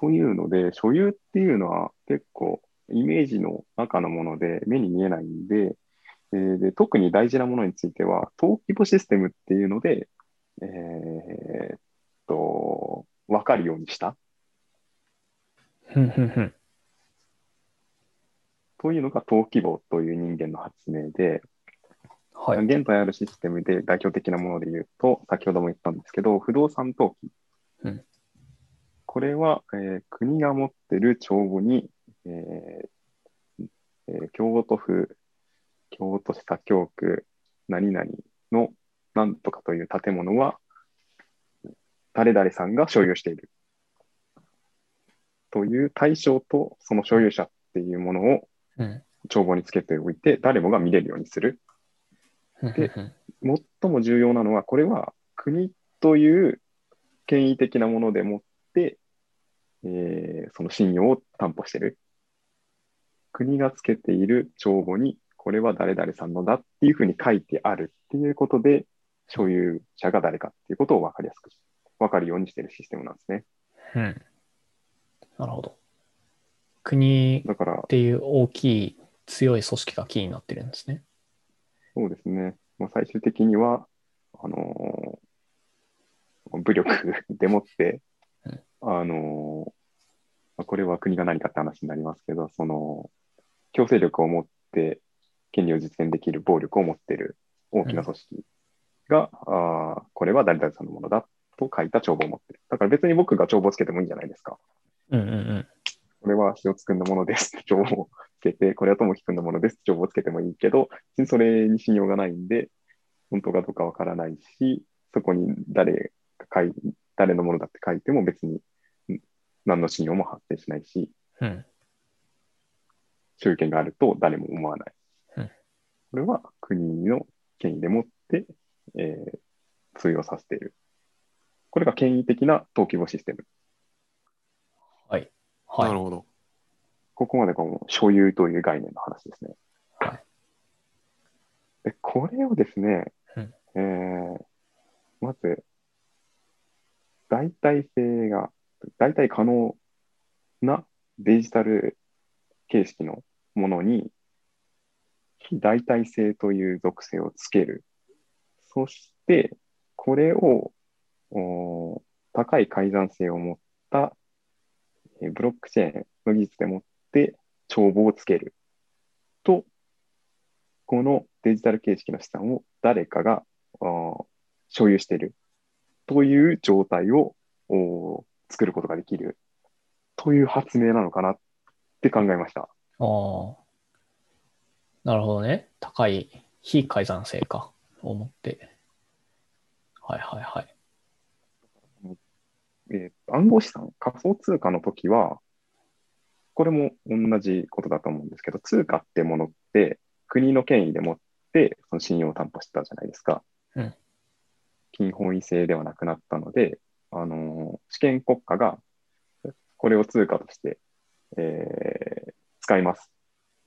Speaker 1: というので、所有っていうのは結構イメージの中のもので目に見えないんで、えーで特に大事なものについては、登記簿システムっていうので、えーっと、分かるようにした
Speaker 2: にふんふんふん
Speaker 1: というのが登記簿という人間の発明で、
Speaker 2: はい
Speaker 1: 現在あるシステムで代表的なもので言うと、先ほども言ったんですけど、不動産登記。
Speaker 2: うん
Speaker 1: これは、えー国が持ってる帳簿に、えーえー京都府、京都市左京区、何々のなんとかという建物は、誰々さんが所有している。という対象と、その所有者っていうものを
Speaker 2: うん
Speaker 1: 帳簿につけておいて、誰もが見れるようにする。
Speaker 2: ふんふんふん
Speaker 1: 最も重要なのは、これは国という権威的なものでもって、えーその信用を担保している。国がつけている帳簿に、これは誰々さんのだっていうふうに書いてあるっていうことで、所有者が誰かっていうことを分かりやすく、分かるようにしているシステムなんですね。
Speaker 2: うんなるほど国っ
Speaker 1: だから、
Speaker 2: ていう大きい強い組織がキーになってるんですね
Speaker 1: そうですね。まあ、最終的には、あのー武力でもって
Speaker 2: うん、
Speaker 1: あのーまあこれは国が何かって話になりますけど、その、強制力を持って、権利を実現できる暴力を持っている大きな組織が、あーこれは誰々さんのものだと書いた帳簿を持ってる。だから別に僕が帳簿をつけてもいいんじゃないですか。
Speaker 2: うんうんうん
Speaker 1: これは塩津くんのものです って帳簿をつけて、これは友樹くんのものですって帳簿をつけてもいいけど、別にそれに信用がないんで、本当かどうかわからないし、そこに誰が書い誰のものだって書いても別にん何の信用も発生しないし、
Speaker 2: うん
Speaker 1: 所有権があると誰も思わない。
Speaker 2: うん
Speaker 1: これは国の権威でもって、えー通用させている。これが権威的な登記簿システム。
Speaker 2: はいは
Speaker 3: なる
Speaker 2: い
Speaker 3: ほど。
Speaker 1: ここまでがもう所有という概念の話ですね。
Speaker 2: はい
Speaker 1: でこれをですね、
Speaker 2: うん
Speaker 1: えーまず、代替性が、代替可能なデジタル形式のものに、非代替性という属性をつける。そして、これをおー高い改ざん性を持ったえーブロックチェーンの技術でもって帳簿をつける。と、このデジタル形式の資産を誰かがあー所有しているという状態をおー作ることができるという発明なのかなって考えました。
Speaker 2: ああ。なるほどね。高い非改ざん性か。を持って。はいはいはい。
Speaker 1: えー暗号資産、仮想通貨の時は、これも同じことだと思うんですけど、通貨ってものって国の権威でもってその信用を担保してたじゃないですか。
Speaker 2: うん
Speaker 1: 金本位制ではなくなったので、あのー主権国家がこれを通貨として、えー使います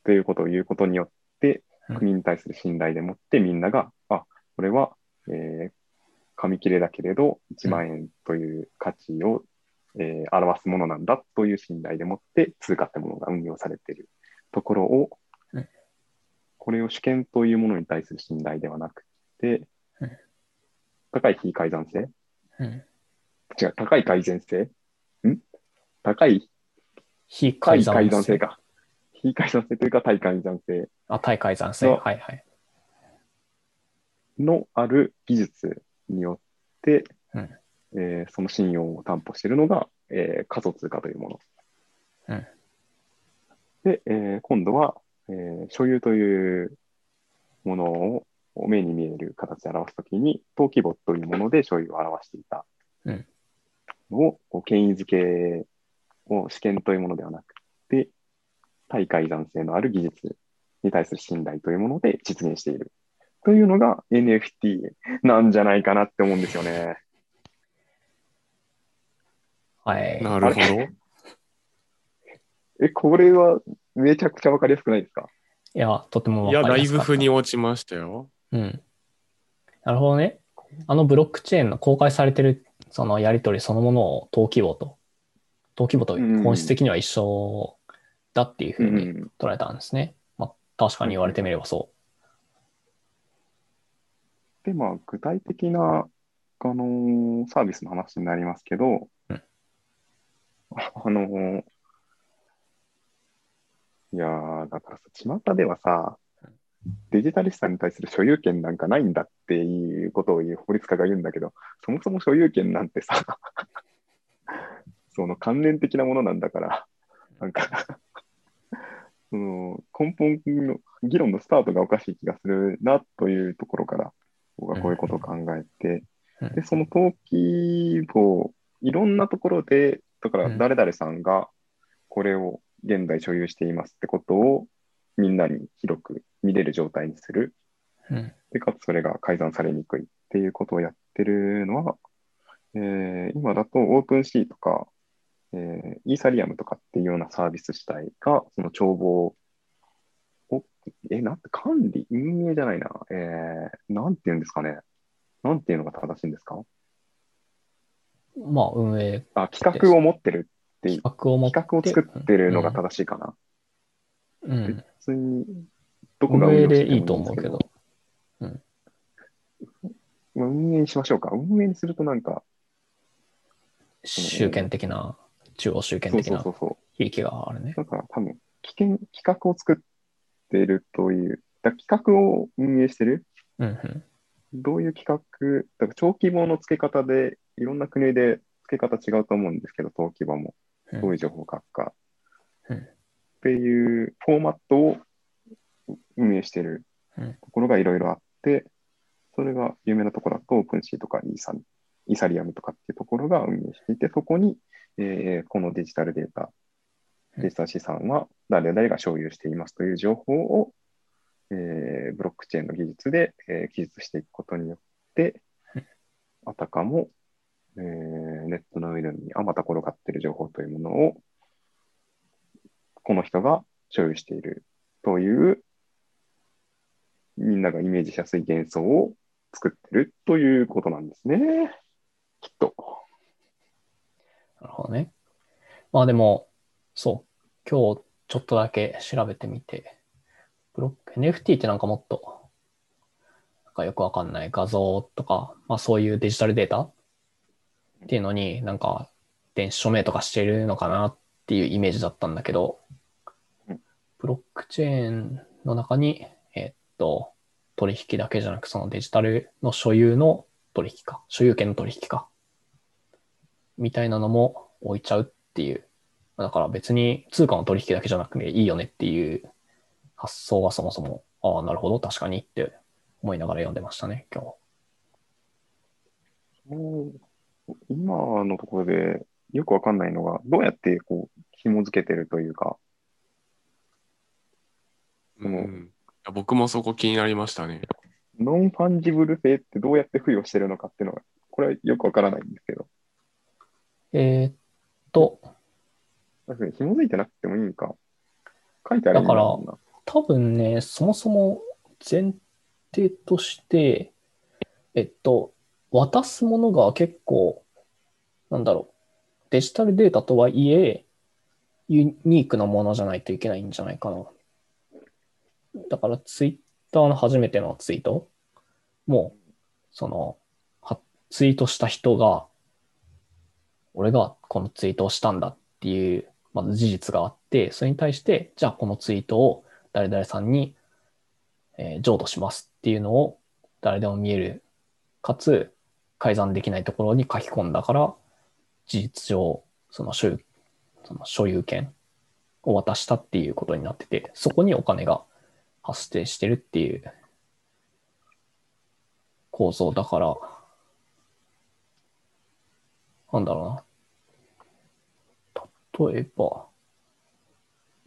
Speaker 1: ということを言うことによって
Speaker 2: うん、
Speaker 1: 国に対する信頼でもってみんなが、あ、これは、えー紙切れだけれど、1万円という価値を、えー表すものなんだという信頼でもって、通貨ってものが運用されているところを
Speaker 2: うん、
Speaker 1: これを主権というものに対する信頼ではなくて
Speaker 2: うん、
Speaker 1: 高い非改ざん性
Speaker 2: うん。
Speaker 1: 違う、高い改善性ん高い、
Speaker 2: 非
Speaker 1: 高
Speaker 2: 改
Speaker 1: い
Speaker 2: ざん
Speaker 1: 改ざん性。か。非改ざん性というか、対改ざん性
Speaker 2: あ、対改ざん性。
Speaker 1: の
Speaker 2: はいはい。
Speaker 1: のある技術によって、
Speaker 2: うん
Speaker 1: えーその信用を担保しているのが、えー仮想通貨というもの。
Speaker 2: うん
Speaker 1: で、えー今度は、えー所有というものを目に見える形で表すときに、登記簿というもので所有を表していた
Speaker 2: うん
Speaker 1: のを、こう権威づけを試験というものではなくて、対改ざん性のある技術に対する信頼というもので実現している。というのが NFT なんじゃないかなって思うんですよね。
Speaker 2: はい。
Speaker 3: なるほど。
Speaker 1: え、これはめちゃくちゃわかりやすくないですか
Speaker 2: いや、とても
Speaker 3: い
Speaker 2: わ
Speaker 3: や、
Speaker 2: か
Speaker 3: だ
Speaker 2: り
Speaker 3: い
Speaker 2: やす
Speaker 3: ぶ
Speaker 2: かった
Speaker 3: 腑に落ちましたよ。
Speaker 2: うん。なるほどね。あのブロックチェーンの公開されてるそのやり取りそのものを登記簿と、登記簿と
Speaker 1: うん
Speaker 2: 本質的には一緒だっていうふうに捉えたんですね。まあ、確かに言われてみればそ
Speaker 1: で、まあ、具体的な、あのーサービスの話になりますけど、
Speaker 2: うん
Speaker 1: あのーいやー、だからさ、巷ではさ、デジタル資産に対する所有権なんかないんだっていうことを言う法律家が言うんだけど、そもそも所有権なんてさ、その関連的なものなんだから、なんかその根本の議論のスタートがおかしい気がするなというところから、僕はこういうことを考えて、
Speaker 2: うん
Speaker 1: で、その登記簿、いろんなところで、だから
Speaker 2: うん
Speaker 1: 誰々さんがこれを現在所有していますってことをみんなに広く見れる状態にする。
Speaker 2: う。うん。
Speaker 1: で、かつそれが改ざんされにくいっていうことをやってるのは、えー今だとオープンシーとか、えーイーサリアムとかっていうようなサービス主体が、その帳簿を、え、なんて管理、運営じゃないな、えーなんていうんですかね。なんていうのが正しいんですか
Speaker 2: まあ、運営、
Speaker 1: あ、企画を持ってるっていう、
Speaker 2: 企画を持って。
Speaker 1: 企画を作ってるのが正しいかな。
Speaker 2: うん。うん
Speaker 1: 普通に、どこが
Speaker 2: 運
Speaker 1: 運
Speaker 2: 営
Speaker 1: 用して
Speaker 2: で
Speaker 1: ても
Speaker 2: いいと思うけど。
Speaker 1: まあ運営にしましょうか。運営にするとなんか、
Speaker 2: 集権的な、中央集権
Speaker 1: そう
Speaker 2: 的
Speaker 1: そう
Speaker 2: な
Speaker 1: そうそう。
Speaker 2: ひいきがあるね。
Speaker 1: だから多分、危険、企画を作っているという、だから企画を運営してる、
Speaker 2: うんうん。
Speaker 1: どういう企画、だから長期棒の付け方で、いろんな国で付け方違うと思うんですけど、登記簿も、
Speaker 2: うん
Speaker 1: どういう情報を書くか、
Speaker 2: うん
Speaker 1: っていうフォーマットを運営してる
Speaker 2: うん
Speaker 1: ところがいろいろあって、それが有名なところだと、オープンシーとかイーサイーサリアムとかっていうところが運営していて、そこに、えーこのデジタルデータ、
Speaker 2: うん
Speaker 1: デジタル資産は誰々が所有していますという情報を、えーブロックチェーンの技術で、えー記述していくことによって
Speaker 2: う、
Speaker 1: あたかも、えーネットの上にあまた転がっている情報というものを、この人が所有しているという、みんながイメージしやすい幻想を作ってるということなんですね。きっと。
Speaker 2: なるほどね。まあでも、そう、今日ちょっとだけ調べてみて、ブロック、NFT ってなんかもっと、なんかよくわかんない画像とか、まあそういうデジタルデータっていうのになんか電子署名とかしてるのかなっていうイメージだったんだけど
Speaker 1: うん、
Speaker 2: ブロックチェーンの中に、えっと、取引だけじゃなくそのデジタルの所有の取引か、所有権の取引か、みたいなのも置いちゃうっていう。だから別に通貨の取引だけじゃなくていいよねっていう発想はそもそも、ああ、なるほど、確かにって思いながら読んでましたね、今日。
Speaker 1: もう今のところでよくわかんないのが、どうやってこう紐付けてるというか、
Speaker 3: うんいや僕もそこ気になりましたね。
Speaker 1: ノンファンジブル性ってどうやって付与してるのかっていうのが、これはよくわからないんですけど、
Speaker 2: えーっと、
Speaker 1: 確かに紐付いてなくてもいいんか。書いてあるん
Speaker 2: だ
Speaker 1: な。
Speaker 2: 多分ね、そもそも前提として、えっと、渡すものが結構、なんだろう、デジタルデータとはいえ、ユニークなものじゃないといけないんじゃないかな。だから、ツイッターの初めてのツイートもう、その、はツイートした人が、俺がこのツイートをしたんだっていう、まず事実があって、それに対して、じゃあこのツイートを誰々さんに、えー譲渡しますっていうのを誰でも見える、かつ改ざんできないところに書き込んだから、事実上、その所有、その所有権を渡したっていうことになってて、そこにお金が発生してるっていう構造だから、なんだろうな。例えば、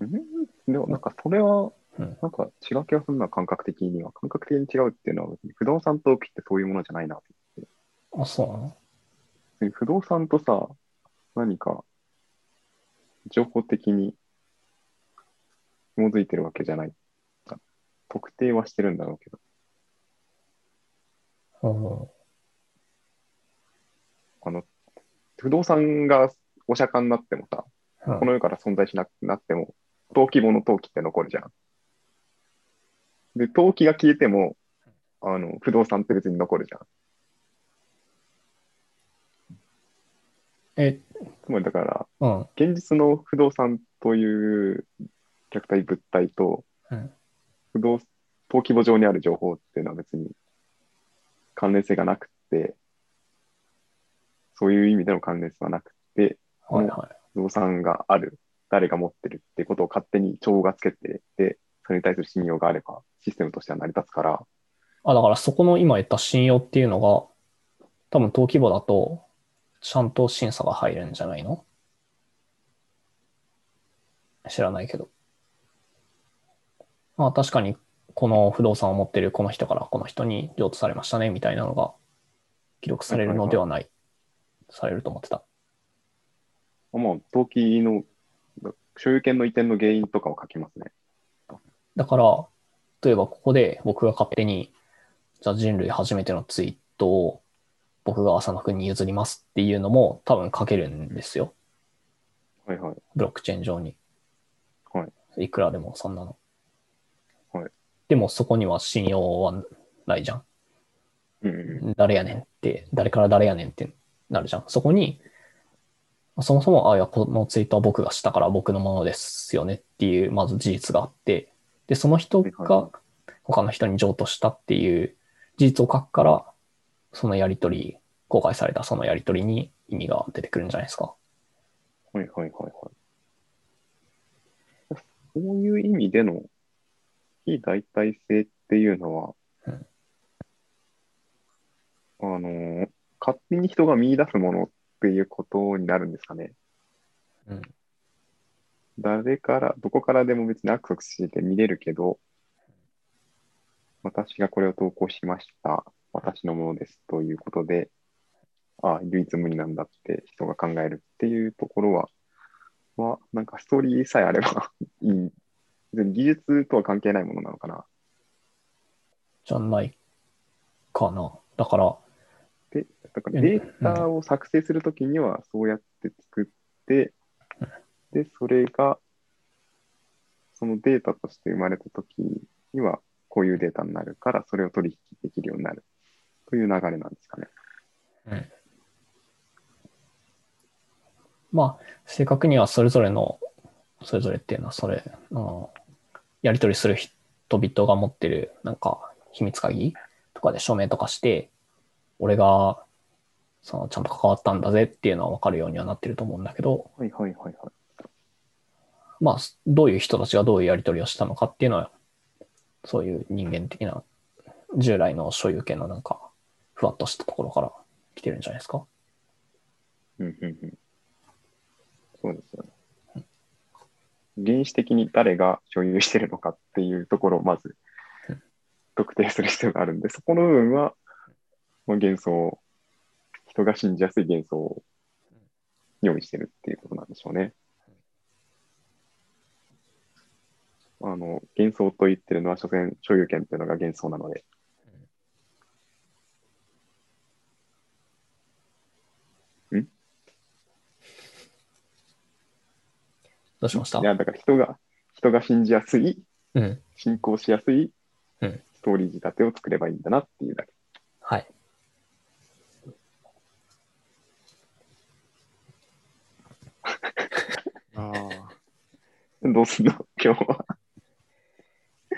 Speaker 1: うんでもなんかそれは
Speaker 2: うん、
Speaker 1: なんか違う気がするな、感覚的には。感覚的に違うっていうのは別に不動産投機ってそういうものじゃないな。
Speaker 2: あ、そうなの
Speaker 1: 別に不動産とさ、何か情報的に紐づいてるわけじゃない。特定はしてるんだろうけど、
Speaker 2: うん
Speaker 1: あの、不動産がお釈迦になってもさ、
Speaker 2: うん
Speaker 1: この世から存在しなくなっても、登記簿の登記って残るじゃん。で、登記が消えても、あの、不動産って別に残るじゃん。
Speaker 2: え、
Speaker 1: つまりだから、
Speaker 2: うん、
Speaker 1: 現実の不動産という虐待物体と
Speaker 2: うん、
Speaker 1: 不動登記簿上にある情報っていうのは別に関連性がなくて、そういう意味での関連性はなくて、
Speaker 2: はいは
Speaker 1: 不動産がある、誰が持ってるっていうことを勝手に帳がつけて、で、それに対する信用があればシステムとしては成り立つから、
Speaker 2: い。あ、だからそこの今言った信用っていうのが、多分登記簿だと、ちゃんと審査が入るんじゃないの知らないけど。まあ確かに、この不動産を持ってるこの人からこの人に譲渡されましたね、みたいなのが記録されるのではない。されると思ってた。
Speaker 1: まあ、登記の所有権の移転の原因とかを書きますね。
Speaker 2: だから、例えばここで僕が勝手に、じゃあ人類初めてのツイートを僕が浅野くんに譲りますっていうのも多分書けるんですよ。
Speaker 1: はいはい。
Speaker 2: ブロックチェーン上に。。
Speaker 1: はい
Speaker 2: いくらでもそんなの。
Speaker 1: はい。
Speaker 2: でもそこには信用はないじゃん。
Speaker 1: うんうん
Speaker 2: 誰やねんって、誰から誰やねんってなるじゃん。そこに、そもそも、あ、いや、このツイートは僕がしたから僕のものですよねっていう、まず事実があって、で、その人が他の人に譲渡したっていう事実を書くから、そのやりとり、公開されたそのやりとりに意味が出てくるんじゃないですか。
Speaker 1: はいはいはいはい。そういう意味での非代替性っていうのは、
Speaker 2: うん
Speaker 1: あのー勝手に人が見出すものっていうことになるんですかね。
Speaker 2: うん
Speaker 1: 誰から、どこからでも別にアクセスして見れるけど、私がこれを投稿しました。私のものですということで、ああ、唯一無二なんだって人が考えるっていうところは、は、なんかストーリーさえあれば いい。別に技術とは関係ないものなのかな。
Speaker 2: じゃないかな。だから、
Speaker 1: で、だからデータを作成するときにはそうやって作って、で、それが、そのデータとして生まれたときには、こういうデータになるから、それを取引できるようになるという流れなんですかね。
Speaker 2: まあ、正確にはそれぞれの、それぞれっていうのは、それ、あのやり取りする人々が持ってる、なんか、秘密鍵とかで署名とかして、俺が、その、ちゃんと関わったんだぜっていうのは分かるようにはなってると思うんだけど、
Speaker 1: はいはいはいはい。
Speaker 2: まあ、どういう人たちがどういうやり取りをしたのかっていうのは、そういう人間的な、従来の所有権のなんか、ふわっとしたところから来てるんじゃないですか。
Speaker 1: うんうんうん。そうですよね。原始的に誰が所有してるのかっていうところをまず
Speaker 2: うん
Speaker 1: 特定する必要があるんで、そこの部分は、まあ、幻想、人が信じやすい幻想を用意してるっていうことなんでしょうね。あの幻想と言ってるのは、所詮所有権っていうのが幻想なので、
Speaker 2: どうしました
Speaker 1: いやだから人が人が信じやすい
Speaker 2: うん。
Speaker 1: 進行しやすい
Speaker 2: うん
Speaker 1: ストーリー仕立てを作ればいいんだなっていうだけ。
Speaker 2: はい。
Speaker 3: ああ。
Speaker 1: どうすんの 今日は。
Speaker 2: い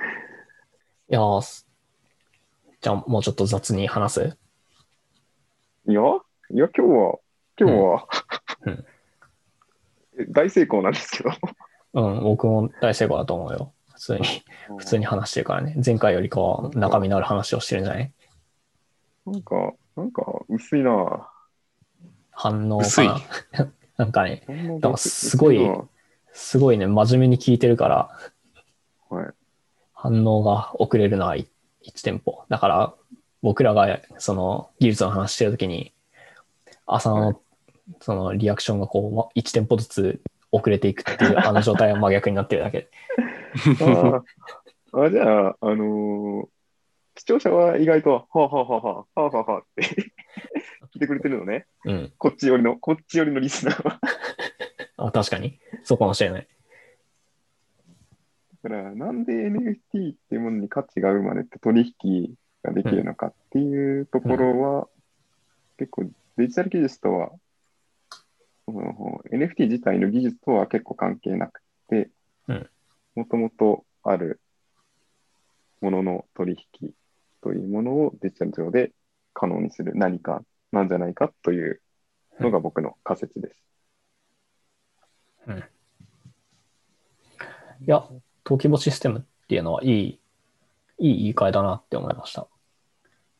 Speaker 2: やーすじゃあもうちょっと雑に話す
Speaker 1: いや、いや、今日は、今日は、
Speaker 2: うん
Speaker 1: え大成功なんですけど。
Speaker 2: うん、僕も大成功だと思うよ。普通に、普通に話してるからね。前回よりかは中身のある話をしてるんじゃない
Speaker 1: なんか、なんか薄いな。
Speaker 2: 反応
Speaker 3: 薄
Speaker 2: か
Speaker 3: い
Speaker 2: な なんかね、
Speaker 1: そんな
Speaker 2: だからすごい
Speaker 1: 薄な
Speaker 2: すごいね、真面目に聞いてるから、
Speaker 1: はい。
Speaker 2: 反応が遅れるのは1店舗。だから、僕らがその技術の話してるときに、朝
Speaker 1: は
Speaker 2: のそのリアクションがこう、1店舗ずつ遅れていくっていう、あの状態は真逆になってるだけ。
Speaker 1: あーあ、じゃあ、あのー視聴者は意外と、はあ、はあはあはあ、はあはあはあって 聞いてくれてるのね。
Speaker 2: うん。
Speaker 1: こっち寄りの、こっち寄りのリスナーは。
Speaker 2: あ確かに。そうかもしれない。
Speaker 1: だから、なんで NFT っていうものに価値が生まれて取引ができるのかっていうところは、結構デジタル技術とは、その NFT 自体の技術とは結構関係なくて
Speaker 2: うん、
Speaker 1: もともとあるものの取引というものをデジタル上で可能にする何かなんじゃないかというのが僕の仮説です。
Speaker 2: いや、登記簿システムっていうのはいい、いい言い換えだなって思いました。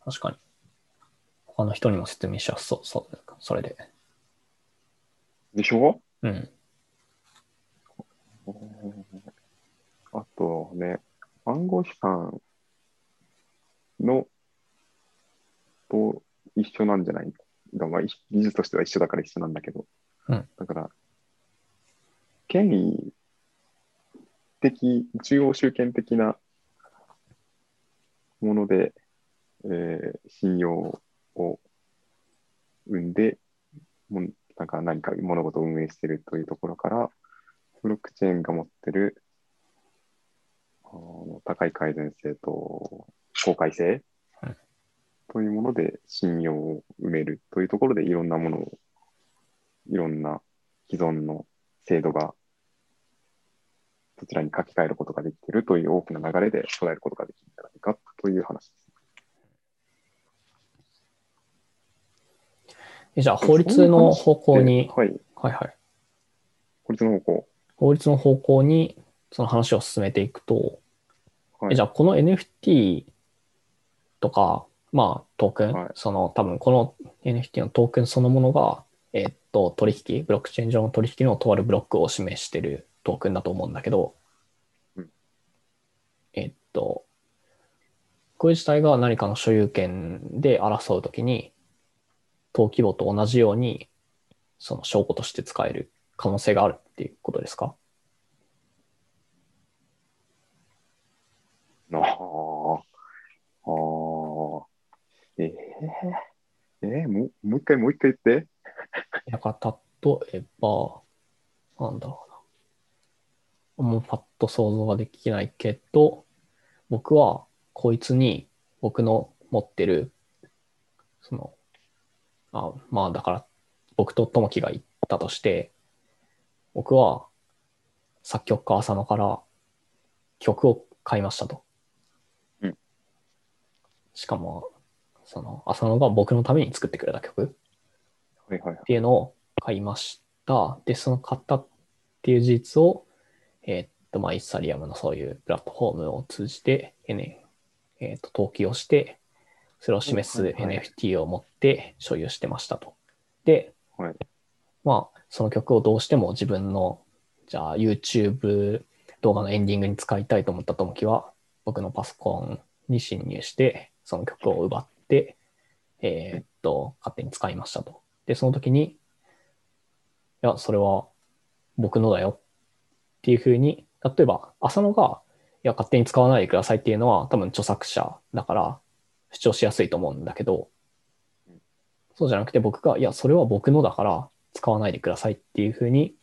Speaker 2: 確かに。他の人にも説明しやすそう、そう、それで。
Speaker 1: でしょ
Speaker 2: うん。
Speaker 1: あとね、暗号資産のと一緒なんじゃないか、まあ、い技術としては一緒だから一緒なんだけど、
Speaker 2: うん
Speaker 1: だから、権威的、中央集権的なもので、えー信用を生んで、もんなんか何か物事を運営しているというところから、ブロックチェーンが持ってるあの高い改善性と公開性
Speaker 2: はい
Speaker 1: というもので信用を埋めるというところでいろんなものをいろんな既存の制度がそちらに書き換えることができているという大きな流れで捉えることができるんじゃないかという話です。
Speaker 2: えじゃあ、法律の方向に
Speaker 1: で、はい。
Speaker 2: はいはい。
Speaker 1: 法律の方向。
Speaker 2: 法律の方向に、その話を進めていくと、
Speaker 1: はい
Speaker 2: えじゃあ、この NFT とか、まあ、トークン、
Speaker 1: はい
Speaker 2: その、多分この NFT のトークンそのものが、えっと、取引、ブロックチェーン上の取引のとあるブロックを示してるトークンだと思うんだけど、
Speaker 1: うん
Speaker 2: えっと、これ自体が何かの所有権で争うときに、登記簿と同じように、その証拠として使える可能性があるっていうことですか
Speaker 1: ああ。ああ。えええー、もう、もう一回、もう一回言って。
Speaker 2: やかたとえば、なんだろうな。もうパッと想像はできないけど、僕はこいつに僕の持ってる、その、あまあだから僕と友樹が言ったとして、僕は作曲家浅野から曲を買いましたと。
Speaker 1: うん
Speaker 2: しかも、その浅野が僕のために作ってくれた曲。
Speaker 1: はいはいはい
Speaker 2: っ。ていうのを買いました。で、その買ったっていう事実を、えーっと、まあ、イッサリアムのそういうプラットフォームを通じて、N えーっと、登記をして、それを示す
Speaker 1: はいはいはい
Speaker 2: NFT を持って所有してましたと。で、
Speaker 1: はい
Speaker 2: まあ、その曲をどうしても自分の、じゃあ YouTube 動画のエンディングに使いたいと思ったともきは、僕のパソコンに侵入して、その曲を奪って、えーっと、勝手に使いましたと。で、その時に、いや、それは僕のだよっていうふうに、例えば、浅野が、いや、勝手に使わないでくださいっていうのは、多分著作者だから主張しやすいと思うんだけど
Speaker 1: うん、
Speaker 2: そうじゃなくて僕が、いや、それは僕のだから使わないでくださいっていうふうに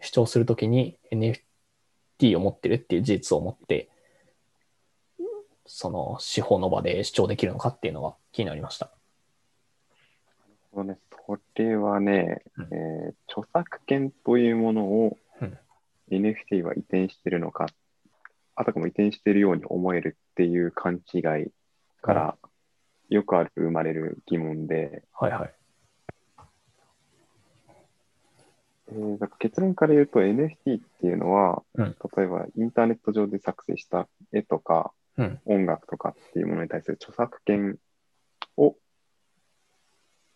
Speaker 2: 主張するときに NFT を持ってるっていう事実を持って、その司法の場で主張できるのかっていうのが気になりました。
Speaker 1: そうね、それはね、
Speaker 2: うん
Speaker 1: えー著作権というものを
Speaker 2: うん
Speaker 1: NFT は移転してるのか、あたかも移転してるように思えるっていう勘違いから、よくある生まれる疑問で、
Speaker 2: はいはい。
Speaker 1: えーだから結論から言うと NFT っていうのは、
Speaker 2: うん
Speaker 1: 例えばインターネット上で作成した絵とか
Speaker 2: うん。
Speaker 1: 音楽とかっていうものに対する著作権を、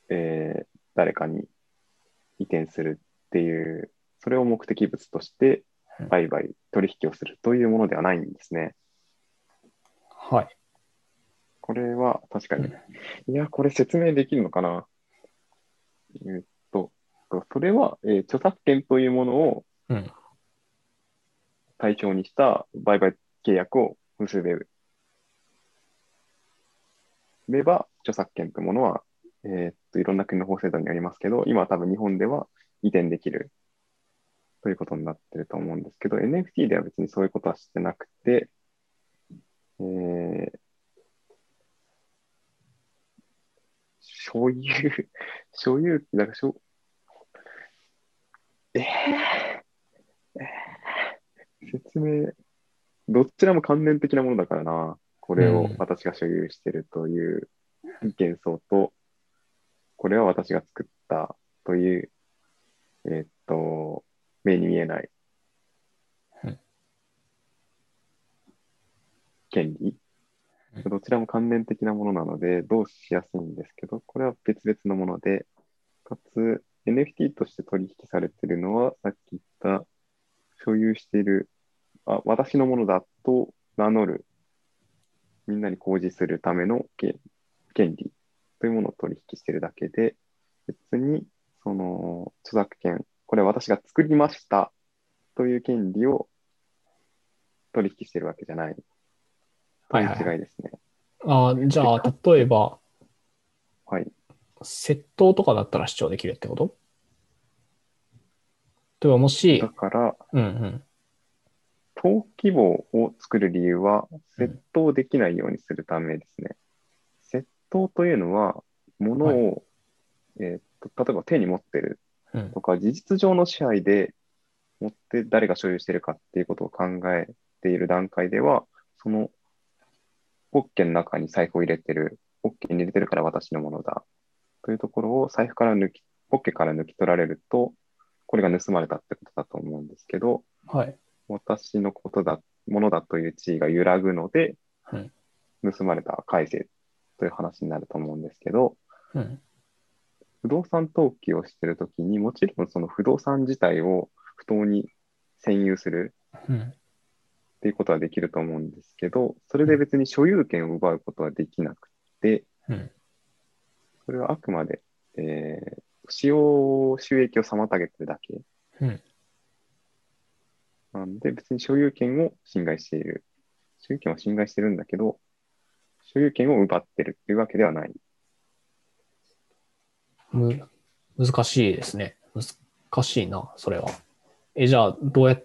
Speaker 1: えー誰かに移転するっていう、それを目的物として
Speaker 2: うん
Speaker 1: 売買、取引をするというものではないんですね。
Speaker 2: はい。
Speaker 1: これは確かに。いや、これ説明できるのかなえーっと、それは、えー著作権というものを
Speaker 2: うん。
Speaker 1: 対象にした売買契約を結べれば、著作権というものは、えーっと、いろんな国の法制度によりますけど、今は多分日本では移転できるということになってると思うんですけど、NFT では別にそういうことはしてなくて、えー所有、所有、だからしょ、えー説明、どちらも関連的なものだからな、これ
Speaker 2: う
Speaker 1: を
Speaker 2: ん
Speaker 1: 私が所有してるという幻想と、これは私が作ったという、えーっと、目に見えない
Speaker 2: うん
Speaker 1: 権利
Speaker 2: うん。
Speaker 1: どちらも関連的なものなので、どうしやすいんですけど、これは別々のもので、かつ NFT として取引されているのは、さっき言った所有している、あ、私のものだと名乗る、みんなに公示するための権権利というものを取引しているだけで、別に、その、著作権、これは私が作りましたという権利を取引しているわけじゃない。と
Speaker 2: はいいうはい
Speaker 1: 違いですね。
Speaker 2: あーじゃあ、例えば、
Speaker 1: はい。
Speaker 2: 窃盗とかだったら主張できるってこと例えば、もし
Speaker 1: だ、から、
Speaker 2: うんうん。
Speaker 1: 登記簿を作る理由は、窃盗できないようにするためですね。窃盗というのは、物を、えーっと例えば手に持ってる
Speaker 2: うん
Speaker 1: とか、事実上の支配で持って誰が所有してるかっていうことを考えている段階では、そのポッケの中に財布を入れてる、ポッケに入れてるから私のものだというところを財布から抜き、ポッケから抜き取られると、これが盗まれたってことだと思うんですけど、
Speaker 2: はい。
Speaker 1: 私のことだ、ものだという地位が揺らぐので、
Speaker 2: はい
Speaker 1: 盗まれた改正という話になると思うんですけど、
Speaker 2: うん。
Speaker 1: 不動産登記をしているときに、もちろんその不動産自体を不当に占有する
Speaker 2: うん。
Speaker 1: っていうことはできると思うんですけど、それで別に所有権を奪うことはできなくて、
Speaker 2: うん。
Speaker 1: それはあくまで、えー使用収益を妨げてるだけ。
Speaker 2: うん
Speaker 1: なんで、別に所有権を侵害している。所有権は侵害してるんだけど、所有権を奪ってるっていうわけではない。
Speaker 2: む、難しいですね。難しいな、それは。え、じゃあ、どうやっ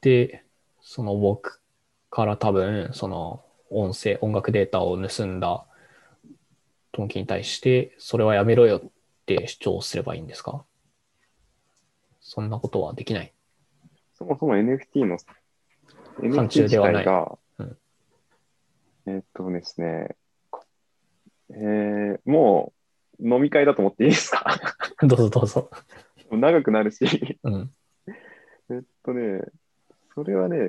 Speaker 2: て、その僕から多分、その音声、音楽データを盗んだトンキに対して、それはやめろよって主張すればいいんですかそんなことはできない。
Speaker 1: そもそも NFT の、
Speaker 2: 範
Speaker 1: NFT
Speaker 2: 疇で
Speaker 1: 自
Speaker 2: はな
Speaker 1: 体
Speaker 2: い
Speaker 1: が、
Speaker 2: うん
Speaker 1: えーっとですね、こえーもう飲み会だと思っていいですか
Speaker 2: どうぞどうぞ。
Speaker 1: 長くなるし、
Speaker 2: うん。
Speaker 1: えーっとね、それはね、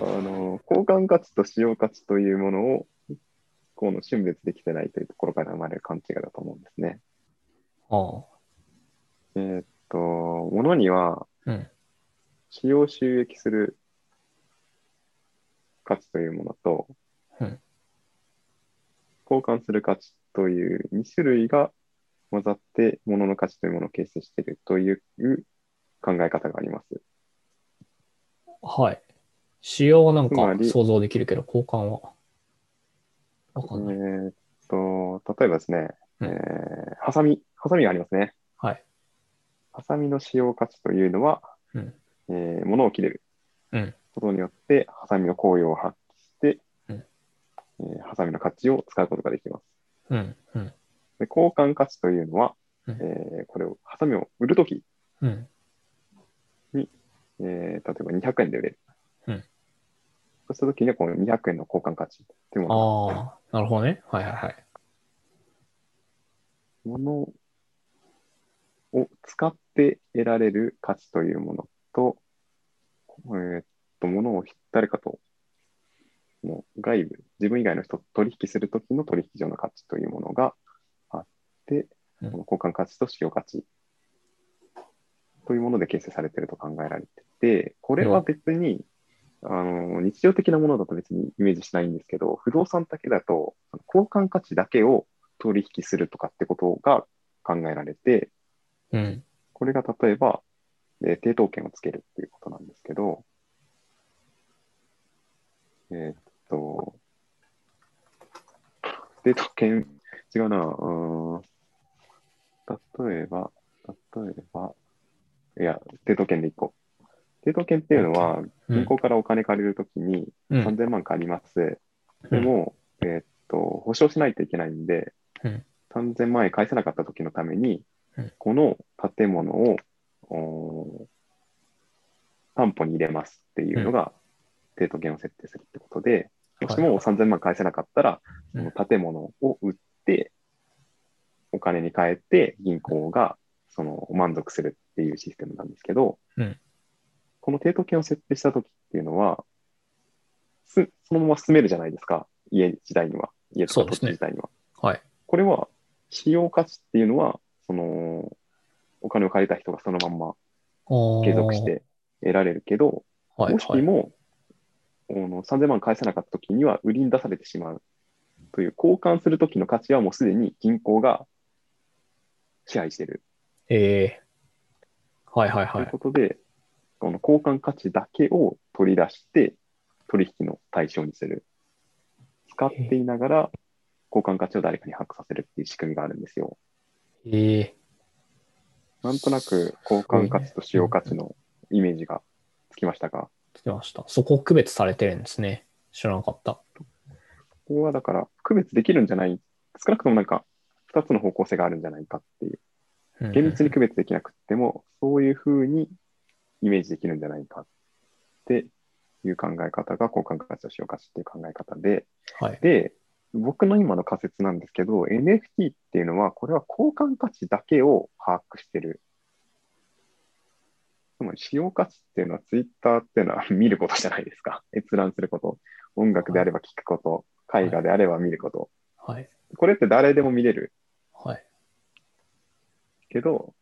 Speaker 1: あの、交換価値と使用価値というものを、この春別できてないというところから生まれる勘違いだと思うんですね。
Speaker 2: あ
Speaker 1: えーっと、物には
Speaker 2: あ。うん。
Speaker 1: 使用収益する価値というものと、
Speaker 2: うん
Speaker 1: 交換する価値という2種類が混ざって物の価値というものを形成しているという考え方があります。
Speaker 2: はい。使用はなん
Speaker 1: つま
Speaker 2: か
Speaker 1: り
Speaker 2: 想像できるけど、交換は。わか
Speaker 1: え
Speaker 2: んない。
Speaker 1: ーっと、例えばですね、
Speaker 2: うん
Speaker 1: えーハサミ、ハサミがありますね。
Speaker 2: はい。
Speaker 1: ハサミの使用価値というのは、
Speaker 2: うん
Speaker 1: えー物を切れる
Speaker 2: うん
Speaker 1: ことによって、ハサミの効用を発揮して、
Speaker 2: うん
Speaker 1: えーハサミの価値を使うことができます。
Speaker 2: うん。うん。
Speaker 1: で交換価値というのは、
Speaker 2: うん
Speaker 1: えーこれを、ハサミを売るとき、
Speaker 2: うん。
Speaker 1: えー例えば200円で売れる。
Speaker 2: うん
Speaker 1: そうしたときには、この200円の交換価値というものが
Speaker 2: ああ、なるほどね。はいはいはい。
Speaker 1: 物を使って得られる価値というものと、えーっと、物を誰かと、もう外部、自分以外の人と取引するときの取引上の価値というものがあって、
Speaker 2: うん
Speaker 1: この交換価値と使用価値というもので形成されていると考えられてて、これは別に、あの日常的なものだと別にイメージしないんですけど、不動産だけだと、交換価値だけを取引するとかってことが考えられて、
Speaker 2: うん。
Speaker 1: これが例えば、えー抵当権をつけるっていうことなんですけど、えーっと、抵当権、違うな、うーん、例えば、例えば、いや、抵当権でいこう。抵当権っていうのは、
Speaker 2: うん
Speaker 1: 銀行からお金借りるときに
Speaker 2: うん。
Speaker 1: 3000万借ります。
Speaker 2: う
Speaker 1: で
Speaker 2: ん
Speaker 1: も、えーっと、保証しないといけないんで、
Speaker 2: うん
Speaker 1: 3000万円返せなかった時のために、
Speaker 2: うん
Speaker 1: この建物をおー担保に入れますっていうのが、抵当権を設定するってことで、もし
Speaker 2: はい
Speaker 1: も3000万返せなかったら、
Speaker 2: う
Speaker 1: そ
Speaker 2: ん
Speaker 1: の建物を売って、お金に変えて銀行がその満足するっていうシステムなんですけど、
Speaker 2: うん
Speaker 1: この抵当権を設定した時っていうのは、すそのまま進めるじゃないですか、家自体には、家と
Speaker 2: そう
Speaker 1: か
Speaker 2: で
Speaker 1: 土
Speaker 2: す
Speaker 1: 地
Speaker 2: ね
Speaker 1: 自体には。
Speaker 2: はい。
Speaker 1: これは、使用価値っていうのは、その、お金を借りた人がそのまんま継
Speaker 2: 継
Speaker 1: 続し。て得られるけど、
Speaker 2: はい
Speaker 1: もし
Speaker 2: はい。
Speaker 1: も、あの3000万返せなかった時には売りに出されてしまうという、交換する時の価値はもうすでに銀行が支配している
Speaker 2: ええはいはい
Speaker 1: と
Speaker 2: は
Speaker 1: いう
Speaker 2: い。
Speaker 1: ことで、この交換価値だけを取り出して、取引の対象にする。使っていながら、交換価値を誰かに把握させるっていう仕組みがあるんですよ。
Speaker 2: ええ
Speaker 1: なんとなく交換価値と使用価値のイメージがつきましたが、
Speaker 2: 来てました。そこ区別されてるんですね。知らなかった。
Speaker 1: ここはだから区別できるんじゃない、少なくともなんか2つの方向性があるんじゃないかっていう、
Speaker 2: うん
Speaker 1: 厳密に区別できなくっても、そういうふうにイメージできるんじゃないかっていう考え方が交換価値と使用価値っていう考え方で、
Speaker 2: はい。
Speaker 1: で、僕の今の仮説なんですけど、NFT っていうのは、これは交換価値だけを把握してる。つまり、使用価値っていうのは、Twitter っていうのは見ることじゃないですか。 閲覧すること。音楽であれば聴くこと。
Speaker 2: い
Speaker 1: 絵画であれば見ること。
Speaker 2: はい。
Speaker 1: これって誰でも見れる
Speaker 2: はい。
Speaker 1: けど、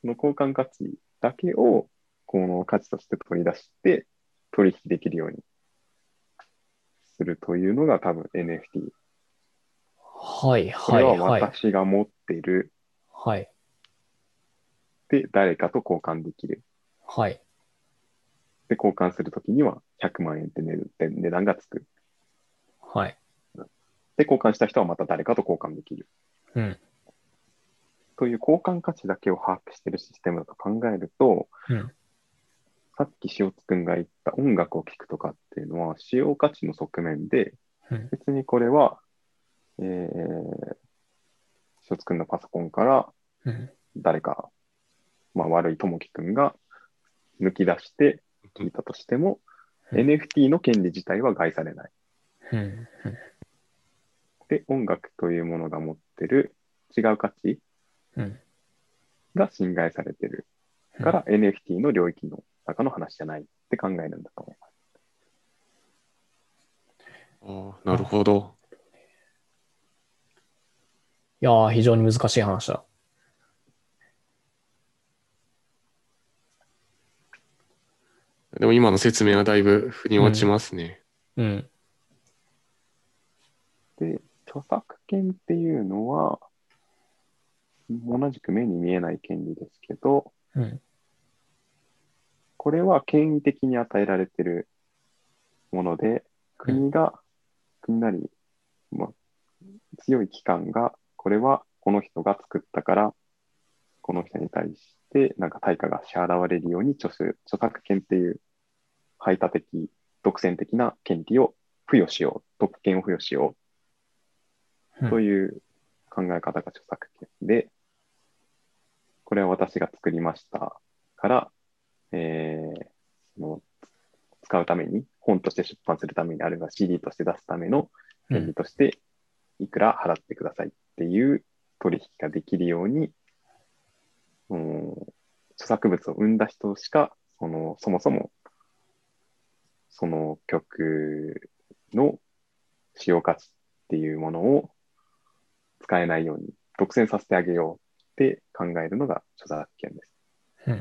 Speaker 1: その交換価値だけを、この価値として取り出して、取引できるようにするというのが多分 NFT
Speaker 2: はい。
Speaker 1: こ
Speaker 2: は。
Speaker 1: れはい
Speaker 2: はい。
Speaker 1: 私が持っている
Speaker 2: はい。
Speaker 1: で誰かと交換できる。
Speaker 2: はい。
Speaker 1: で、交換するときには100万円って値って値段がつく。
Speaker 2: はい。
Speaker 1: で、交換した人はまた誰かと交換できる。
Speaker 2: うん。
Speaker 1: という交換価値だけを把握しているシステムだと考えると、
Speaker 2: うん
Speaker 1: さっき塩津くんが言った音楽を聴くとかっていうのは使用価値の側面で、
Speaker 2: うん
Speaker 1: 別にこれは、えー、塩津くんのパソコンから
Speaker 2: うん。
Speaker 1: 誰か、まあ、悪いともきくんが抜き出して聞いたとしても、
Speaker 2: うん
Speaker 1: NFT の権利自体は害されない。
Speaker 2: うん。
Speaker 1: で、音楽というものが持ってる違う価値
Speaker 2: うん。
Speaker 1: が侵害されてる
Speaker 2: うん
Speaker 1: から、NFT の領域の中の話じゃないって考えるんだと思います。
Speaker 3: ああ、なるほど。
Speaker 2: いやー、非常に難しい話だ。
Speaker 3: でも今の説明はだいぶ腑に落ちますね。
Speaker 2: うん。
Speaker 1: で、著作権っていうのは、同じく目に見えない権利ですけど、
Speaker 2: うん。
Speaker 1: これは権威的に与えられてるもので、国が、国なり、まあ、強い機関が、これはこの人が作ったから、この人に対して、なんか対価が支払われるように著作著作権っていう排他的、独占的な権利を付与しよう、特権を付与しよ
Speaker 2: う
Speaker 1: うと
Speaker 2: ん
Speaker 1: いう考え方が著作権で、これは私が作りましたから、えーその使うために、本として出版するために、あるいは CD として出すための
Speaker 2: う
Speaker 1: 権利
Speaker 2: ん。
Speaker 1: として、いくら払ってくださいっていう取引ができるように、うん、著作物を生んだ人しか、そのそもそも、その曲の使用価値っていうものを使えないように独占させてあげようって考えるのが著作権です。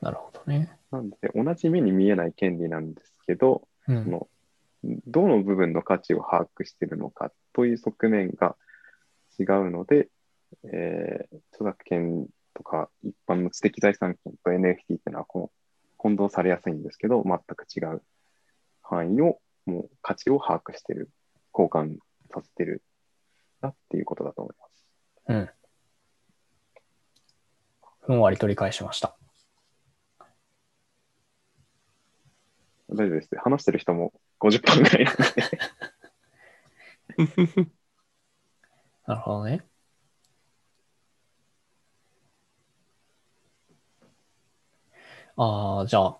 Speaker 2: なるほどね。
Speaker 1: なんで、同じ目に見えない権利なんですけど、そ
Speaker 2: うん。
Speaker 1: のどの部分の価値を把握しているのかという側面が違うので、えー著作権とか一般の知的財産権と NFT っていうのはこう混同されやすいんですけど、全く違う範囲を、もう価値を把握している、交換させてるなっていうことだと思います。
Speaker 2: うん。ふんわり取り返しました。
Speaker 1: 大丈夫です。話してる人も50分ぐらいなんで。
Speaker 2: なるほどね。ああ、じゃあ、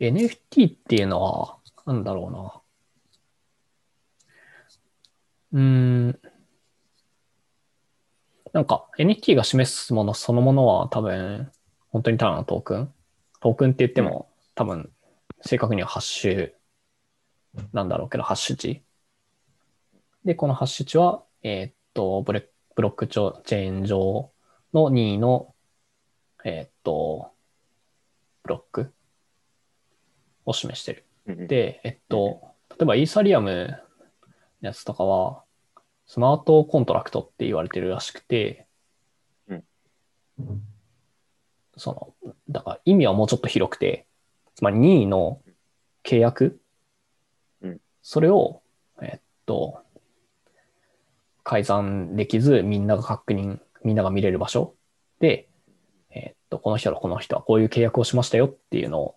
Speaker 2: NFT っていうのは、なんだろうな。うーん。なんか、NFT が示すものそのものは多分、本当にただのトークントークンって言っても、多分、正確にはハッシュなんだろうけど、ハッシュ値。で、このハッシュ値は、えーっと、ブレブロックチョチェーン上の任意の、えーっと、ブロックを示してる。
Speaker 1: うん
Speaker 2: で、えっと、例えばイーサリアムのやつとかは、スマートコントラクトって言われてるらしくて、
Speaker 1: うん
Speaker 2: その、だから意味はもうちょっと広くて、つまり任意の契約、
Speaker 1: うん
Speaker 2: それを、えっと、改ざんできず、みんなが確認、みんなが見れる場所で、えっと、この人とこの人はこういう契約をしましたよっていうのを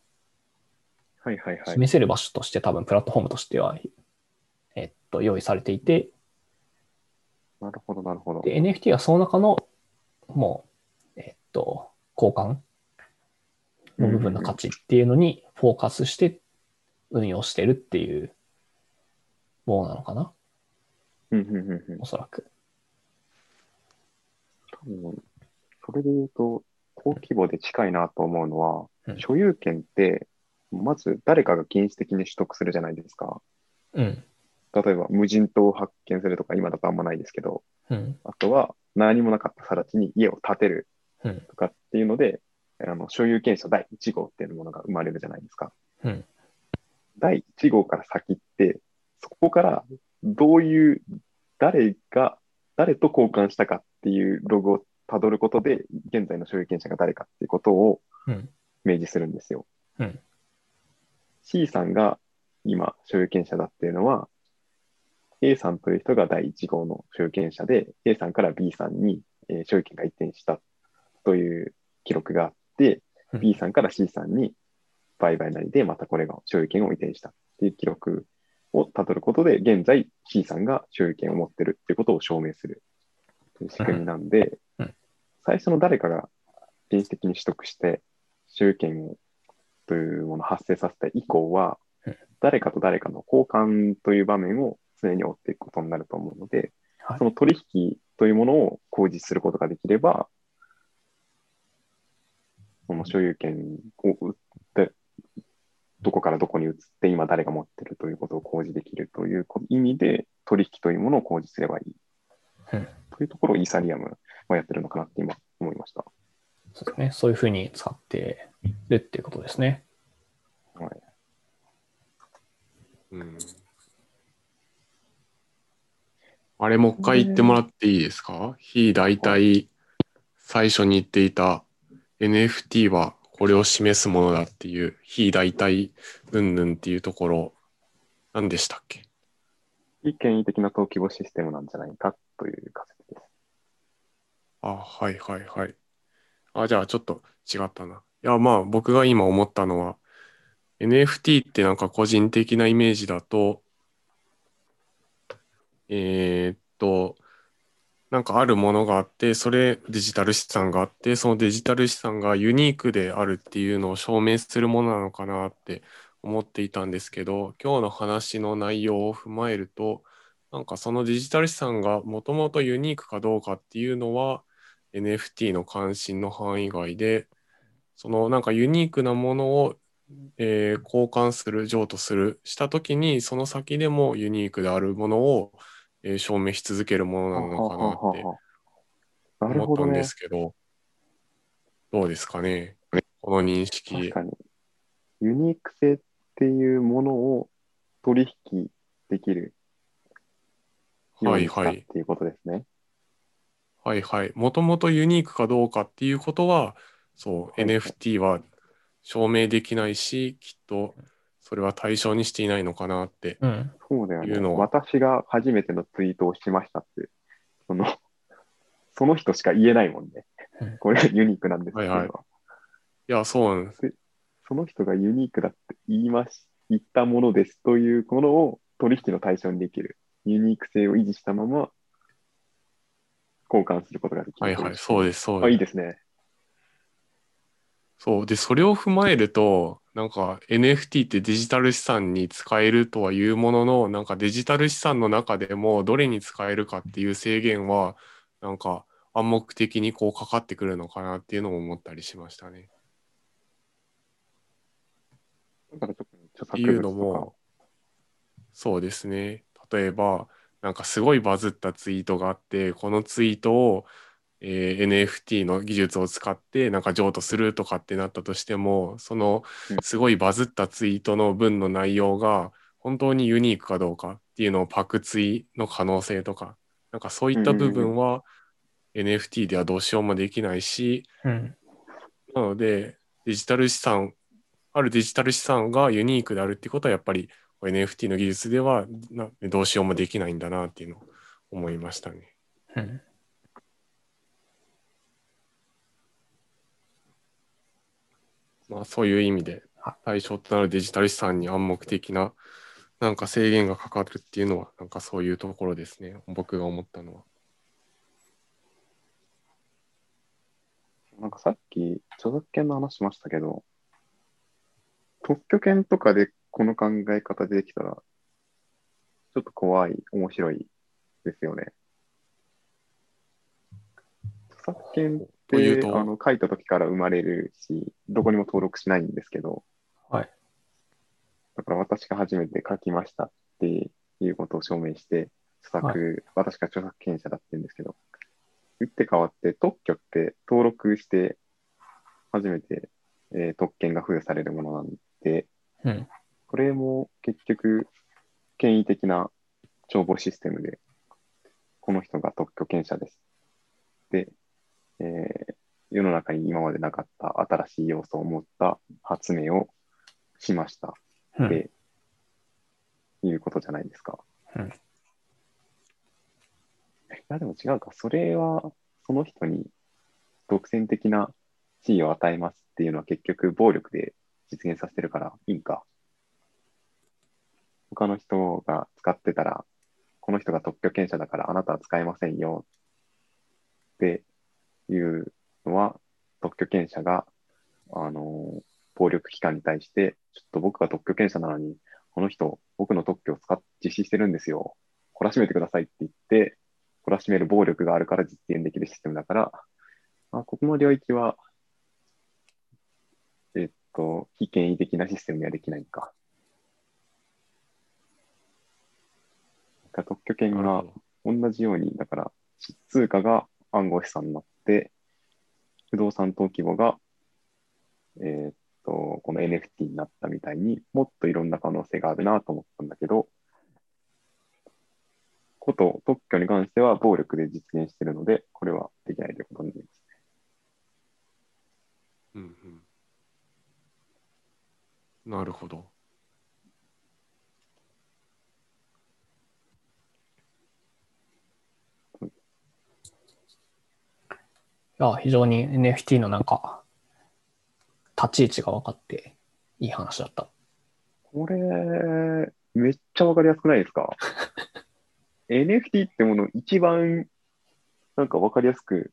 Speaker 1: はいはいはい。
Speaker 2: 示せる場所として多分プラットフォームとしては、えっと、用意されていて、
Speaker 1: なるほどなるほど。
Speaker 2: で、NFT はその中の、もう、えっと、交換の部分の価値っていうのにフォーカスして運用してるっていうものなのかな、
Speaker 1: うんうんうんうん
Speaker 2: おそらく。
Speaker 1: 多分それで言うと、高規模で近いなと思うのは、
Speaker 2: うん
Speaker 1: 所有権って、まず誰かが原始的に取得するじゃないですか。
Speaker 2: うん。
Speaker 1: 例えば、無人島を発見するとか、今だとあんまないですけど、
Speaker 2: うん。
Speaker 1: あとは何もなかった更地に家を建てる
Speaker 2: うん。
Speaker 1: とかっていうので、あの所有権者第1号っていうものが生まれるじゃないですか。
Speaker 2: うん
Speaker 1: 第1号から先って、そこからどういう、誰が、誰と交換したかっていうログをたどることで、現在の所有権者が誰かっていうことを
Speaker 2: うん。
Speaker 1: 明示するんですよ。
Speaker 2: うん、
Speaker 1: C さんが今所有権者だっていうのは、 A さんという人が第1号の所有権者で、A さんから B さんに、えー所有権が移転したという記録があって、
Speaker 2: うん
Speaker 1: B さんから C さんに売買なりで、またこれが所有権を移転したという記録をたどることで、現在 C さんが所有権を持ってるということを証明するという仕組みなんで
Speaker 2: うんうん、
Speaker 1: 最初の誰かが原始的に取得して、所有権をというものを発生させた以降は
Speaker 2: うん、
Speaker 1: 誰かと誰かの交換という場面を常に追っていくことになると思うので、
Speaker 2: はい
Speaker 1: その取引というものを口実することができれば、その所有権を売って、どこからどこに移って、今誰が持ってるということを公示できるという意味で、取引というものを公示すればいい。
Speaker 2: うん
Speaker 1: というところをイーサリアムはやってるのかなって今思いました。
Speaker 2: そうですね。そういうふうに使ってるっていうことですね。
Speaker 3: うんあれ、もう一回言ってもらっていいですか非大体最初に言っていた NFT はこれを示すものだっていう非大体うんぬんっていうところ何でしたっけ
Speaker 1: 非権威的な登記簿システムなんじゃないかという仮説です。
Speaker 3: あ、はいはいはい。あ、じゃあちょっと違ったな。いや、まあ僕が今思ったのは、NFT ってなんか個人的なイメージだと、えーっと、なんかあるものがあって、それデジタル資産があって、そのデジタル資産がユニークであるっていうのを証明するものなのかなって思っていたんですけど、今日の話の内容を踏まえると、なんかそのデジタル資産がもともとユニークかどうかっていうのは NFT の関心の範囲外でそのなんかユニークなものを、えー交換する譲渡するした時にその先でもユニークであるものを、えー証明し続けるものなのかなって
Speaker 1: なる
Speaker 3: 思
Speaker 1: ほ
Speaker 3: った
Speaker 1: ど
Speaker 3: ん
Speaker 1: ね
Speaker 3: で。すけどどうですかねこの認
Speaker 1: 確
Speaker 3: 識
Speaker 1: かに。ユニーク性っていうものを取引できるよう
Speaker 3: はい
Speaker 1: にし
Speaker 3: は
Speaker 1: たっ
Speaker 3: い
Speaker 1: ていうことですね。
Speaker 3: はいはい。もともとユニークかどうかっていうことは、そう、
Speaker 1: はいはい
Speaker 3: NFT は証明できないし、きっとそれは対象にしていないのかなって。
Speaker 2: うん。
Speaker 1: そうだよ
Speaker 3: いう
Speaker 1: ね。
Speaker 3: のは
Speaker 1: 私が初めてのツイートをしましたって、その、 その人しか言えないもんね
Speaker 2: うん。
Speaker 1: これユニークなんですっていうのは。
Speaker 3: はいいや、そうなんです。
Speaker 1: その人がユニークだって言いまし、言ったものですというものを取引の対象にできる。ユニーク性を維持したまま交換することができる。
Speaker 3: はいはい、そう
Speaker 1: で
Speaker 3: です、そう
Speaker 1: あ、い
Speaker 3: で
Speaker 1: い
Speaker 3: す。
Speaker 1: ですね。
Speaker 3: そう。で、それを踏まえると、なんか NFT ってデジタル資産に使えるとは言うものの、なんかデジタル資産の中でもどれに使えるかっていう制限は、なんか暗黙的にこうかかってくるのかなっていうのも思ったりしましたね。
Speaker 1: だから特に著
Speaker 3: って
Speaker 1: 作
Speaker 3: いう
Speaker 1: 物
Speaker 3: の
Speaker 1: と
Speaker 3: も、そうですね。例えば、なんかすごいバズったツイートがあって、このツイートを、えー NFT の技術を使って、なんか譲渡するとかってなったとしても、その
Speaker 1: うん
Speaker 3: すごいバズったツイートの文の内容が、本当にユニークかどうかっていうのをパクツイの可能性とか、なんかそういった部分は NFT ではどうしようもできないし、
Speaker 2: うん。
Speaker 3: なので、デジタル資産、あるデジタル資産がユニークであるってことは、やっぱり NFT の技術ではなどうしようもできないんだなっていうのを思いましたね。
Speaker 2: うん。
Speaker 3: まあ、そういう意味で
Speaker 2: は、
Speaker 3: 対象となるデジタル資産に暗黙的な、なんか制限がかかるっていうのは、なんかそういうところですね。僕が思ったのは。
Speaker 1: かなんかさっき著作権の話しましたけど、特許権とかでこの考え方できたら、ちょっと怖い、面白いですよね。著作権っ
Speaker 3: という
Speaker 1: て
Speaker 3: と
Speaker 1: あの書いた時から生まれるし、どこにも登録しないんですけど、
Speaker 2: はい。
Speaker 1: だから私が初めて書きましたっていうことを証明して、著作、
Speaker 2: は
Speaker 1: 私が著作権者だって言うんですけど、打って変わって特許って登録して初めて、えー特権が付与されるものなんで、
Speaker 2: うん。
Speaker 1: これも結局、権威的な帳簿システムで、この人が特許権者です。で、えー世の中に今までなかった新しい要素を持った発明をしました。
Speaker 2: うん
Speaker 1: で、いうことじゃないですか。
Speaker 2: うん
Speaker 1: や、でも違うか。それは、その人に独占的な地位を与えますっていうのは結局暴力で実現させてるからいいんか。他の人が使ってたら、この人が特許権者だからあなたは使えませんよっていうのは、特許権者が、あの、暴力機関に対して、ちょっと僕が特許権者なのに、この人、僕の特許を使っ実施してるんですよ。懲らしめてくださいって言って、懲らしめる暴力があるから実現できるシステムだから、まあ、ここの領域は、えっと、非権威的なシステムにはできないのか。だから特許権
Speaker 3: な
Speaker 1: が
Speaker 3: るほ
Speaker 1: 同じように、だから、通貨が暗号資産になって、不動産登記簿が、えーっと、この NFT になったみたいにもっといろんな可能性があるなと思ったんだけど、こと特許に関しては暴力で実現しているので、これはできないということになります。
Speaker 3: どうんうんなるほど。
Speaker 2: いや、非常に NFT のなんか、立ち位置が分かって、いい話だった。
Speaker 1: これ、めっちゃわかりやすくないですか ?NFT ってものを一番なんかわかりやすく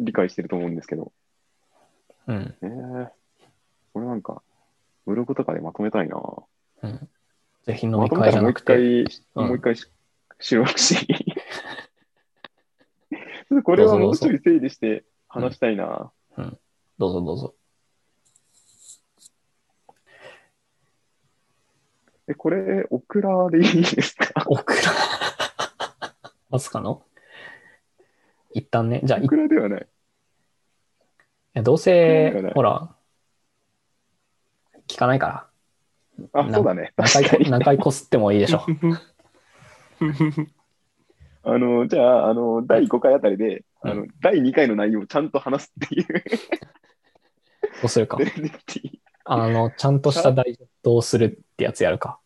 Speaker 1: 理解してると思うんですけど、
Speaker 2: うん。
Speaker 1: えー、これなんか、ブログとかでまとめたいな。
Speaker 2: うん。ぜひ飲
Speaker 1: ま
Speaker 2: み
Speaker 1: とめ
Speaker 2: 会
Speaker 1: た
Speaker 2: じ
Speaker 1: ら
Speaker 2: ゃ
Speaker 1: もう
Speaker 2: な
Speaker 1: 一
Speaker 2: くて、
Speaker 1: 回、
Speaker 2: うん
Speaker 1: もう一回し収録 し。これはもうちょい整理して話したいな。
Speaker 2: どうぞどうぞ。
Speaker 1: え、これ、オクラでいいですか
Speaker 2: オクラ。まさかの一旦ね、じゃあ、い
Speaker 1: オクラではない。
Speaker 2: いやど
Speaker 1: いいよ
Speaker 2: うせ
Speaker 1: ね、
Speaker 2: ほら、聞かないから。
Speaker 1: あ、
Speaker 2: な
Speaker 1: そうだね。
Speaker 2: 何回
Speaker 1: 確か
Speaker 2: こ
Speaker 1: に。
Speaker 2: 何回こすってもいいで しょ。
Speaker 1: あの、じゃあ、あの、第5回あたりで、
Speaker 2: うん
Speaker 1: あの、第2回の内容をちゃんと話すっていう
Speaker 2: どうする か。
Speaker 1: NFT。
Speaker 2: あの、ちゃんとしたダイジェストをするってやつやるか。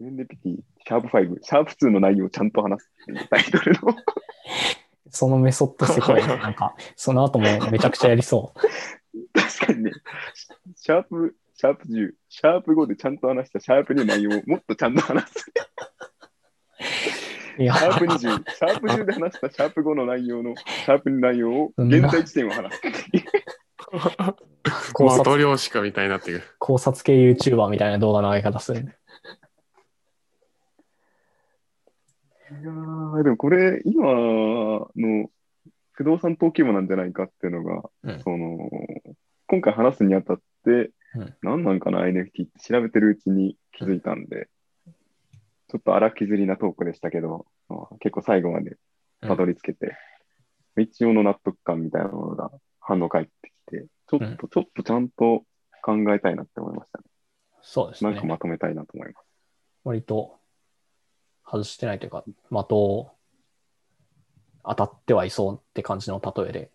Speaker 1: NFT、シャープ5、シャープ2の内容をちゃんと話すっていうタイトルの。
Speaker 2: そのメソッドすごいな。なんか、その後もめちゃくちゃやりそう。
Speaker 1: 確かにね、シシャープ、シャープ10、シャープ5でちゃんと話したシャープ2の内容をもっとちゃんと話す。
Speaker 2: いや
Speaker 1: シ、ャープ20、シャープ10で話したシャープ5の内容の、シャープ2の内容を現在地点を話す。
Speaker 2: 考
Speaker 3: マト
Speaker 2: 察、
Speaker 3: リョーシカみたいになって る。
Speaker 2: 考察系 YouTuber みたいな動画の上げ方するね。
Speaker 1: いやーでもこれ、今の不動産登記簿なんじゃないかっていうのが、
Speaker 2: うん
Speaker 1: その今回話すにあたって、
Speaker 2: うん
Speaker 1: 何なんかな NFT って調べてるうちに気づいたんで、ちょっと荒削りなトークでしたけど、まあ結構最後までたどり着けて、一応の納得感みたいなものが反応返ってきて、ちょっと、
Speaker 2: うん
Speaker 1: ちょっとちゃんと考えたいなって思いましたね。
Speaker 2: そうです
Speaker 1: なんか
Speaker 2: ね。
Speaker 1: まとめたいなと思います。
Speaker 2: 割と、外してないというか、的を当たってはいそうって感じの例えで、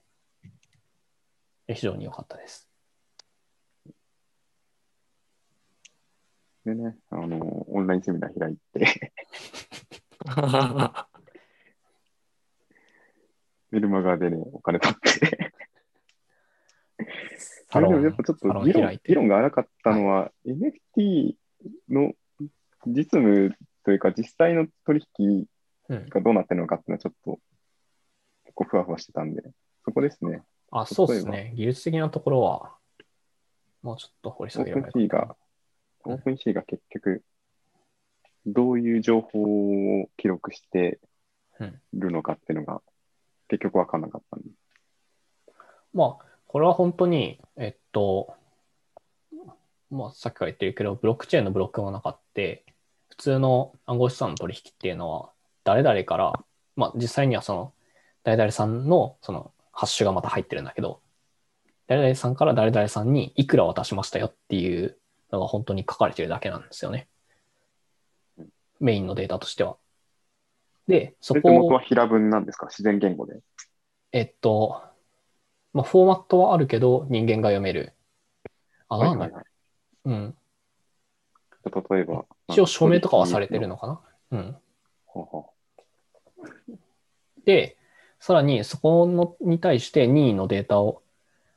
Speaker 2: え非常に良かったです。
Speaker 1: でね、あのオンラインセミナー開いて、メルマガでね、お金取って、
Speaker 2: サロ
Speaker 1: でもや
Speaker 2: ン
Speaker 1: っぱちょっ
Speaker 2: サロ
Speaker 1: と
Speaker 2: ン
Speaker 1: 議
Speaker 2: 開
Speaker 1: 論
Speaker 2: いて
Speaker 1: 議論が荒かったのは、NFT の実務というか、実際の取引
Speaker 2: うん、
Speaker 1: がどうなってるのかっていうのは、ちょっと結構ふわふわしてたんで、そこですね。
Speaker 2: あ、そうですね。技術的なところは、もうちょっと掘り下げればい
Speaker 1: OpenSea
Speaker 2: い
Speaker 1: が、
Speaker 2: うん
Speaker 1: OpenSea が結局、どういう情報を記録して
Speaker 2: うん
Speaker 1: るのかっていうのが、結局わかんなかったんで。
Speaker 2: まあ、これは本当に、えっと、まあ、さっきから言ってるけど、ブロックチェーンのブロックもなかって、普通の暗号資産の取引っていうのは、誰々から、まあ、実際にはその、誰々さんの、その、ハッシュがまた入ってるんだけど、誰々さんから誰々さんにいくら渡しましたよっていうのが本当に書かれてるだけなんですよね
Speaker 1: うん。
Speaker 2: メインのデータとしては。で、そ
Speaker 1: そ
Speaker 2: こ
Speaker 1: れって元は平文なんですか自然言語で。
Speaker 2: えっと、まあ、フォーマットはあるけど、人間が読める。あ、なんだ
Speaker 1: はいはいはい
Speaker 2: うん。
Speaker 1: 例えば。
Speaker 2: 一応、署名とかはされてるのかなうん。
Speaker 1: ほうほ
Speaker 2: で、さらにそこのに対して任意のデータを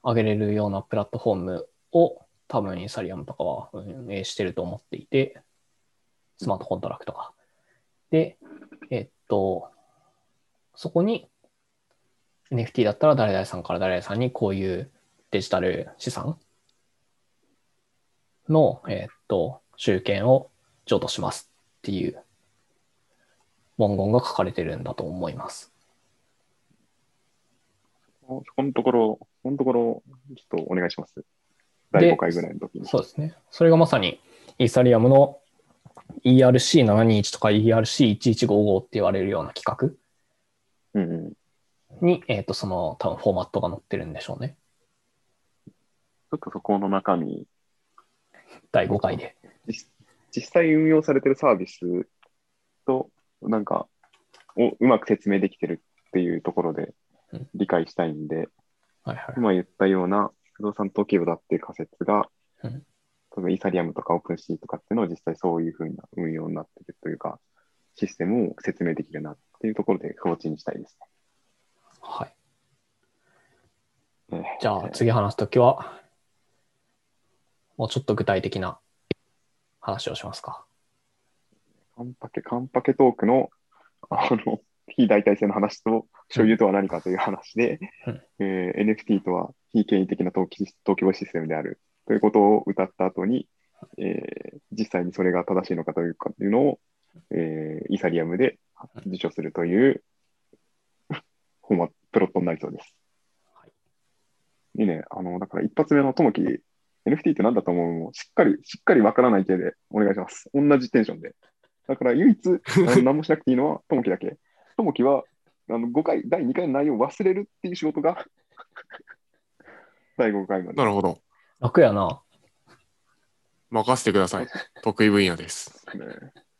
Speaker 2: 上げれるようなプラットフォームを多分イーサリアムとかは運営してると思っていて、スマートコントラクトが。で、えっと、そこに NFT だったら誰々さんから誰々さんにこういうデジタル資産の、えっと、集権を譲渡しますっていう文言が書かれてるんだと思います。
Speaker 1: そこのところ、そこのところ、ちょっとお願いします。第5回ぐらいの時に。
Speaker 2: そうですね。それがまさにイーサリアムの ERC721 とか ERC11555 って言われるような規格
Speaker 1: うんうん。ち
Speaker 2: に、えっ、と、その多分フォーマットが載ってるんでしょうね。
Speaker 1: ょっとそこの中身、
Speaker 2: 第5回で。
Speaker 1: 実際運用されてるサービスと、なんか、をうまく説明できてるっていうところで
Speaker 2: うん
Speaker 1: 理解したいんで、
Speaker 2: はいはい。
Speaker 1: 今言ったような不動産登記簿だっていう仮説が、
Speaker 2: うん
Speaker 1: 多分イーサリアムとかオープンシーとかっていうのは実際そういうふうな運用になってるというか、システムを説明できるなっていうところで表示にしたいです
Speaker 2: はい、
Speaker 1: ね。えー
Speaker 2: じゃあ次話すときは、もうちょっと具体的な話をしますか。
Speaker 1: カンパケ、カンパケトークの、あの、非代替性の話と、所有とは何かという話で、
Speaker 2: うん
Speaker 1: えー NFT とは非権威的な登記登記簿システムであるということを歌った後に、えー実際にそれが正しいのかというかというのを、えーイーサリアムで受賞するという、 ほんま、プロットになりそうです。
Speaker 2: はい
Speaker 1: いね。あの、だから一発目のともき、NFT って何だと思うのをしっかり、しっかりわからない系でお願いします。同じテンションで。だから唯一、あの何もしなくていいのは、ともきだけ。ともきは、あの5回、第2回の内容を忘れるっていう仕事が、第5回まで
Speaker 3: な。るほど。
Speaker 2: 楽やな。
Speaker 3: 任せてください。得意分野です。
Speaker 1: ね。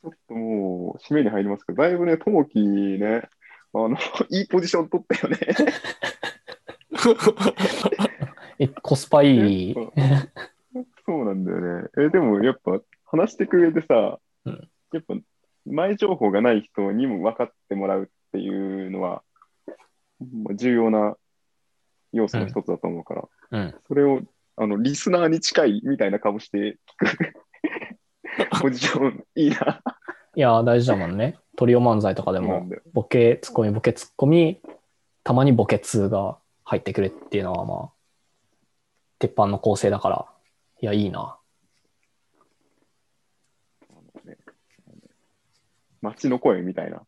Speaker 1: ちょっともう、締めに入りますけど、だいぶね、ともきね、あの、 いいポジション取ったよね。
Speaker 2: え、コスパ いい。
Speaker 1: そうなんだよね。え、でもやっぱ、話していく上でさ、
Speaker 2: うん
Speaker 1: やっぱ、前情報がない人にも分かってもらうっていうのは、まあ重要な要素の一つだと思うから、
Speaker 2: うん。
Speaker 1: それを、あの、リスナーに近いみたいな顔して聞く ポジション、いいな。
Speaker 2: いやー、大事だもんね。トリオ漫才とかで
Speaker 1: なん
Speaker 2: も、
Speaker 1: だよ。
Speaker 2: ボケ、ツッコミ、ボケ、ツッコミ、たまにボケ2が入ってくるっていうのは、まあ、鉄板の構成だから、いや、いいな。
Speaker 1: 街の声みた いな。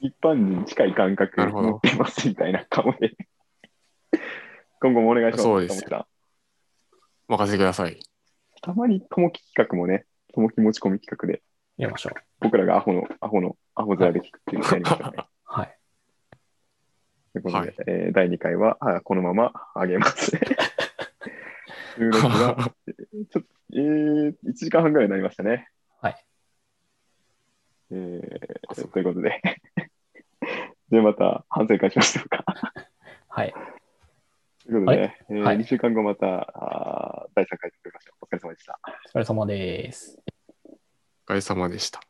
Speaker 1: 一般人に近い感覚
Speaker 3: なるほど
Speaker 1: 持ってますみたいな顔で。今後もお願いします。
Speaker 3: そうです
Speaker 1: 友
Speaker 3: よ
Speaker 1: 木さん
Speaker 3: 任せてください。
Speaker 1: たまにともき企画もね、ともき持ち込み企画で、
Speaker 2: やりましょう。
Speaker 1: 僕らがアホの、アホの、アホ面で聞くっていうのをやりましょうね。
Speaker 2: はい。
Speaker 1: ということで、
Speaker 3: はい
Speaker 1: えー第2回はあこのまま上げ ます。収録が、ちょっと、えー、1時間半ぐらいになりましたね。
Speaker 2: はい。
Speaker 1: えー、ということで、 じゃあまた反省会しましょうか。
Speaker 2: はい。
Speaker 1: ということで、え
Speaker 2: はい
Speaker 1: 2週間後またあー第3回作りましょう。お疲れ様でした。
Speaker 2: お疲れ様です。
Speaker 3: お疲れ様でした。